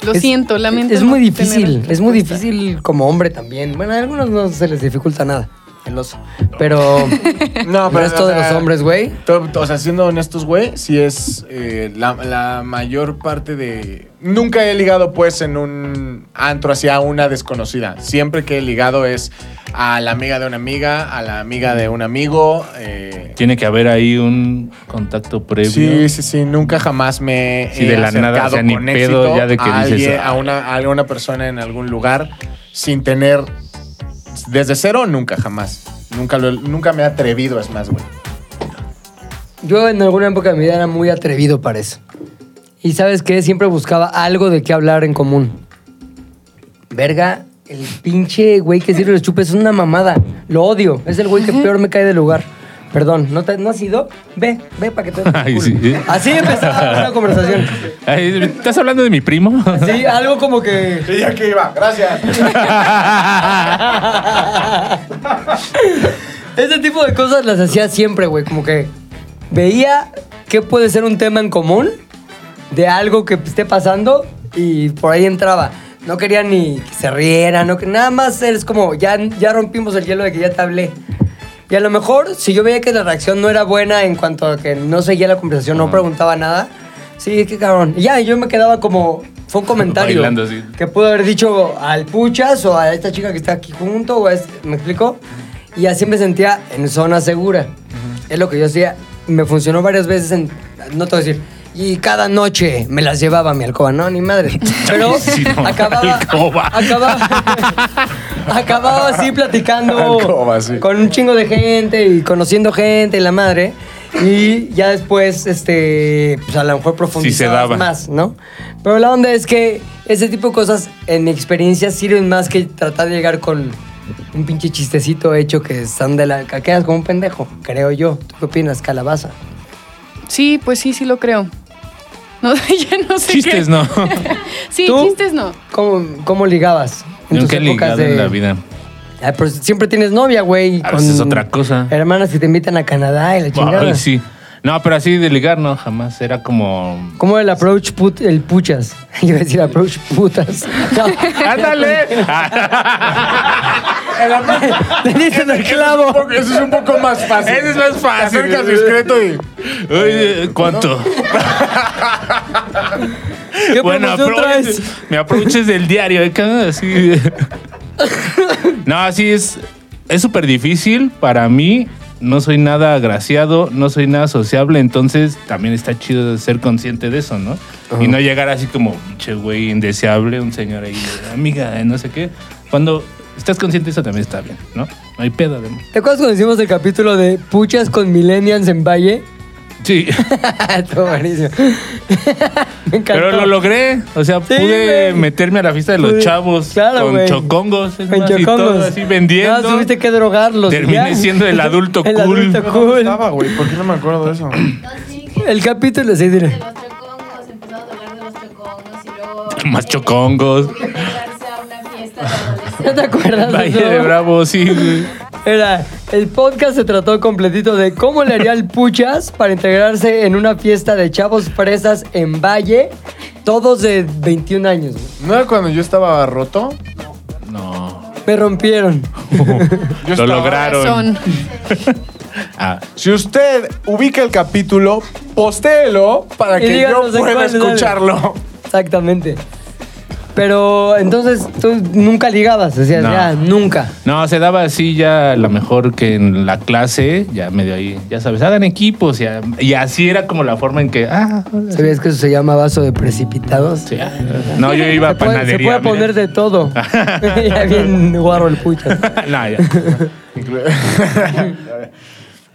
Speaker 4: lo
Speaker 2: Es-
Speaker 4: siento, lamento.
Speaker 2: Es muy
Speaker 4: no
Speaker 2: difícil,
Speaker 4: tener
Speaker 2: es muy
Speaker 4: respuesta.
Speaker 2: difícil como hombre también. Bueno, a algunos no se les dificulta nada, el oso. Pero <laughs> <laughs> no, pero es
Speaker 3: o
Speaker 2: todo de
Speaker 3: sea,
Speaker 2: los hombres, güey.
Speaker 3: to- O sea, siendo honestos, güey, sí es eh, la, la mayor parte de... Nunca he ligado, pues, en un antro hacia una desconocida. Siempre que he ligado es a la amiga de una amiga, a la amiga de un amigo. eh,
Speaker 5: Tiene que haber ahí un contacto previo.
Speaker 3: Sí, sí, sí. Nunca jamás me
Speaker 5: Sí, de la nada,
Speaker 3: acercado
Speaker 5: o sea, ni
Speaker 3: con
Speaker 5: pedo
Speaker 3: éxito
Speaker 5: ya de que
Speaker 3: a,
Speaker 5: dices, "Ah".
Speaker 3: alguien- a,
Speaker 5: "Ay".
Speaker 3: una, a alguna persona en algún lugar sin tener... Desde cero, nunca, jamás. Nunca, lo- nunca me he atrevido, es más, güey.
Speaker 2: Yo en alguna época de mi vida era muy atrevido para eso. Y sabes qué, siempre buscaba algo de qué hablar en común. Verga, el pinche güey que sirve los chupes es una mamada. Lo odio. Es el güey que peor me cae del lugar. Perdón, ¿no, te- no has ido? Ve, ve para que
Speaker 5: <laughs>
Speaker 2: te...
Speaker 5: <laughs> Ay, sí.
Speaker 2: Así empezaba una conversación.
Speaker 5: Ay, ¿Estás hablando de mi primo? <laughs>
Speaker 2: Sí, algo como que...
Speaker 3: Y aquí iba, gracias. <laughs>
Speaker 2: <laughs> Ese tipo de cosas las hacía siempre, güey. Como que veía qué puede ser un tema en común de algo que esté pasando y por ahí entraba. No quería ni que se riera, no que nada más es como ya, ya rompimos el hielo de que ya te hablé. Y a lo mejor, si yo veía que la reacción no era buena en cuanto a que no seguía la conversación, no preguntaba nada, sí, qué cabrón. Y ya, yo me quedaba como. Fue un comentario
Speaker 5: Bailando así.
Speaker 2: que pudo haber dicho al Puchas o a esta chica que está aquí junto, o a este- ¿me explico? Y así me sentía en zona segura. Es lo que yo hacía. Me funcionó varias veces en, no te voy a decir, y cada noche me las llevaba a mi alcoba, no, ni
Speaker 5: <laughs>
Speaker 2: madre. Pero
Speaker 5: Sí, no,
Speaker 2: acababa,
Speaker 5: alcoba.
Speaker 2: acababa,
Speaker 5: <laughs>
Speaker 2: acababa así platicando
Speaker 3: Alcoba, sí.
Speaker 2: con un chingo de gente y conociendo gente y la madre. Y ya después, este, pues a lo mejor profundizabas
Speaker 5: daba.
Speaker 2: más, ¿no? Pero la onda es que ese tipo de cosas, en mi experiencia, sirven más que tratar de llegar con un pinche chistecito hecho que están de la... Quedas como un pendejo, creo yo. ¿Tú qué opinas, calabaza?
Speaker 4: Sí, pues sí, sí lo creo. No, <laughs> ya no sé.
Speaker 5: Chistes,
Speaker 4: qué.
Speaker 5: no.
Speaker 4: <laughs> Sí,
Speaker 2: ¿Tú?
Speaker 4: chistes no.
Speaker 2: ¿Cómo, cómo ligabas? en tus
Speaker 5: Nunca he
Speaker 2: épocas
Speaker 5: ligado
Speaker 2: de-
Speaker 5: en la vida.
Speaker 2: Ay, Ah, pero siempre tienes novia, güey.
Speaker 5: A veces Ah, pues es otra cosa.
Speaker 2: Hermanas que te invitan a Canadá y la chingada.
Speaker 5: Ay, sí. No, pero así de ligar, no, jamás. Era como.
Speaker 2: <laughs>
Speaker 5: <laughs>
Speaker 2: ¿Cómo el approach put, el puchas? <laughs> Yo iba a decir approach
Speaker 5: <laughs>
Speaker 2: putas. No.
Speaker 5: ¡Ándale!
Speaker 2: <laughs> Le dicen el clavo.
Speaker 3: Eso es un poco más fácil.
Speaker 5: Ese es más fácil.
Speaker 3: Te acercas discreto y.
Speaker 2: Eh,
Speaker 5: Oye, ¿cuánto?
Speaker 2: ¿Qué promoción
Speaker 5: aproveches-
Speaker 2: traes?
Speaker 5: me aproveches del diario, ¿eh? cabrón? Así. No, así es. Es súper difícil para mí. No soy nada agraciado, no soy nada sociable, entonces también está chido ser consciente de eso, ¿no? Y no llegar así como, che, güey, indeseable, un señor ahí, amiga, eh, no sé qué. Cuando estás consciente de eso también está bien, ¿no? No hay pedo, además.
Speaker 2: ¿Te acuerdas cuando hicimos el capítulo de puchas con millennials en Valle? <laughs>
Speaker 5: Sí,
Speaker 2: Estuvo buenísimo. <laughs> Me encantó.
Speaker 5: pero lo logré. O sea,
Speaker 2: Sí,
Speaker 5: pude
Speaker 2: güey.
Speaker 5: meterme a la fiesta de los
Speaker 2: Pude-
Speaker 5: chavos
Speaker 2: claro,
Speaker 5: con
Speaker 2: güey.
Speaker 5: chocongos. es
Speaker 2: En
Speaker 5: más, y todo
Speaker 2: Chocongos.
Speaker 5: así vendiendo.
Speaker 2: No, tuviste que drogarlos.
Speaker 5: Terminé
Speaker 2: ya.
Speaker 5: siendo el adulto
Speaker 2: <laughs> El
Speaker 5: cool.
Speaker 2: adulto cool.
Speaker 3: Estaba, güey. ¿Por qué no me acuerdo de eso?
Speaker 2: El capítulo, sí, diré.
Speaker 9: de los chocongos, empezamos a hablar de los chocongos y luego...
Speaker 5: Más chocongos.
Speaker 9: Quería Integrarse a una fiesta de adolescentes.
Speaker 2: ¿No te acuerdas de
Speaker 5: Valle
Speaker 2: <laughs>
Speaker 5: de
Speaker 2: eso?
Speaker 5: Bravo, sí. güey.
Speaker 2: Era, el podcast se trató completito de cómo le haría el Puchas para integrarse en una fiesta de chavos presas en Valle, todos de 21 años. güey.
Speaker 3: ¿No era cuando yo estaba roto?
Speaker 5: No.
Speaker 2: Me rompieron.
Speaker 5: Lo
Speaker 3: estaba-
Speaker 5: lograron.
Speaker 4: Son.
Speaker 5: Ah,
Speaker 3: Si usted ubica el capítulo, postéelo para
Speaker 2: Y
Speaker 3: que yo
Speaker 2: díganos en
Speaker 3: pueda
Speaker 2: cuál, dale.
Speaker 3: escucharlo.
Speaker 2: Exactamente. Pero entonces tú nunca ligabas, decías,
Speaker 5: No.
Speaker 2: ya, nunca.
Speaker 5: No, se daba así ya a lo mejor que en la clase, ya medio ahí, ya sabes, hagan equipos. Y, a- y así era como la forma en que, ah, hola,
Speaker 2: ¿Sabías que eso se llama vaso de precipitados?
Speaker 5: sí, ah. No, yo iba a
Speaker 2: se, puede, se
Speaker 5: panadería.
Speaker 2: puede poner de
Speaker 5: mira.
Speaker 2: todo. ya bien guarro el pucha.
Speaker 5: <laughs> no, ya.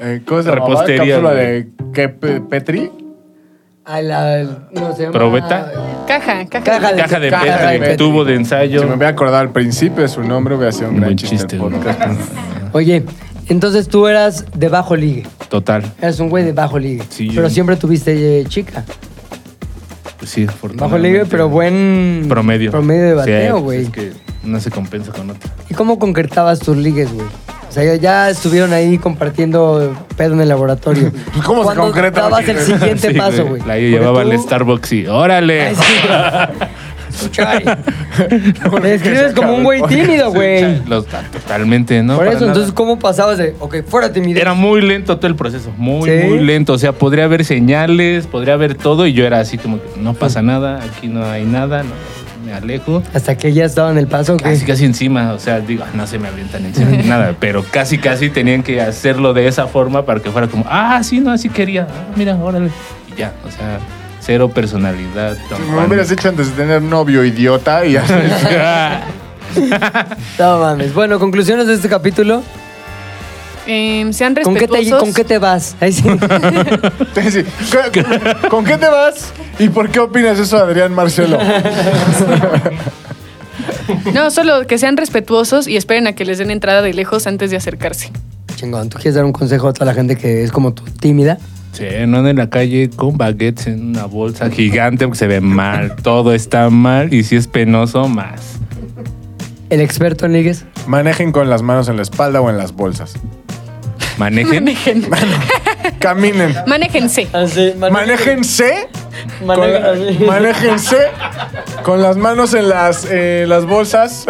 Speaker 3: Eh, ¿Cómo se llamaba?
Speaker 5: Repostería,
Speaker 3: ¿Cápsula
Speaker 5: güey.
Speaker 3: de qué, Pe- Petri?
Speaker 2: Ay, la, el- no, se llama-
Speaker 5: ¿Probeta?
Speaker 4: Caja, caja.
Speaker 2: Caja de-
Speaker 5: Caja de
Speaker 3: Caja
Speaker 5: Petri,
Speaker 3: de Petri.
Speaker 5: tubo de ensayo.
Speaker 3: Si me voy a acordar al principio de su nombre, voy a hacer un
Speaker 5: Buen
Speaker 3: gran chiste.
Speaker 5: chiste,
Speaker 3: del podcast.
Speaker 2: Oye, entonces tú eras de bajo ligue.
Speaker 5: Total.
Speaker 2: Eras un güey de bajo ligue.
Speaker 5: Sí, yo-
Speaker 2: pero siempre tuviste eh, chica.
Speaker 5: Pues Sí,
Speaker 2: Bajo ligue, pero buen...
Speaker 5: Promedio.
Speaker 2: Promedio de
Speaker 5: Sí,
Speaker 2: bateo,
Speaker 5: pues,
Speaker 2: güey.
Speaker 5: es que no se compensa con otra.
Speaker 2: ¿Y cómo concretabas tus ligues, güey? O sea, ya- ya estuvieron ahí compartiendo pedo en el
Speaker 5: <laughs>
Speaker 2: laboratorio.
Speaker 3: Pues, ¿cómo se
Speaker 2: ¿Cuándo
Speaker 3: concreta,
Speaker 2: dabas
Speaker 3: güey?
Speaker 2: el siguiente
Speaker 5: Sí,
Speaker 2: paso, güey?
Speaker 5: La
Speaker 2: Porque
Speaker 5: llevaba
Speaker 2: tú-
Speaker 5: al
Speaker 2: <laughs>
Speaker 5: Starbucks y órale.
Speaker 2: Ay, sí.
Speaker 5: <laughs>
Speaker 2: Chay. Te describes como un güey tímido, güey.
Speaker 5: Los- totalmente, ¿no?
Speaker 2: Por
Speaker 5: Para
Speaker 2: eso,
Speaker 5: nada.
Speaker 2: entonces, ¿cómo pasabas de, ok, fuera timidez?
Speaker 5: Era muy lento todo el proceso, muy,
Speaker 2: ¿Sí?
Speaker 5: muy lento. O sea, podría haber señales, podría haber todo y yo era así como que no pasa nada, aquí no hay nada, no, me alejo.
Speaker 2: Hasta que ya estaba en el paso, que
Speaker 5: Casi, casi encima, o sea, digo, "Ah, no se me avientan encima, ni nada, pero casi, casi tenían que hacerlo de esa forma para que fuera como, ah, sí, no, así quería, ah, mira, órale. Y ya, o sea, cero personalidad. don
Speaker 3: Si Me
Speaker 5: Juan.
Speaker 3: hubieras hecho antes de tener novio idiota y <laughs> ya.
Speaker 2: No mames. Bueno, conclusiones de este capítulo.
Speaker 4: Em, sean
Speaker 2: ¿Con qué, te,
Speaker 4: respetuosos.
Speaker 2: ¿Con qué te vas? Ahí
Speaker 5: <laughs>
Speaker 2: sí.
Speaker 3: Te decía, "¿Con- ¿Con qué te vas? ¿Y por qué opinas eso,
Speaker 2: <laughs>
Speaker 3: Adrián Marcelo?
Speaker 4: No, solo que sean respetuosos y esperen a que les den entrada de lejos antes de acercarse.
Speaker 2: Chingón, ¿tú quieres dar un consejo a toda la gente que es como tú, tímida?
Speaker 5: <laughs> Sí, no anden en la calle con baguettes en una bolsa gigante porque se ve mal, todo está mal y si es penoso, más.
Speaker 2: El experto en ligues.
Speaker 3: Manejen con las manos en la espalda o en las bolsas.
Speaker 4: <laughs>
Speaker 5: Manejen.
Speaker 4: Manejen.
Speaker 5: <laughs>
Speaker 3: Caminen.
Speaker 4: Manéjense.
Speaker 2: Así,
Speaker 3: Manéjense. Con la- manéjense con las manos en las, eh, las bolsas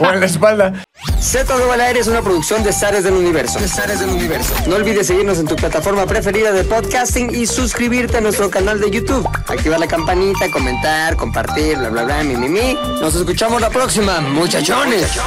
Speaker 3: o en la espalda.
Speaker 1: Z de al aire es una producción de Zares del Universo. De Zares del Universo. No olvides seguirnos en tu plataforma preferida de podcasting y suscribirte a nuestro canal de YouTube. Activar la campanita, comentar, compartir, bla, bla, bla, mi, mi, mi. Nos escuchamos la próxima, muchachones.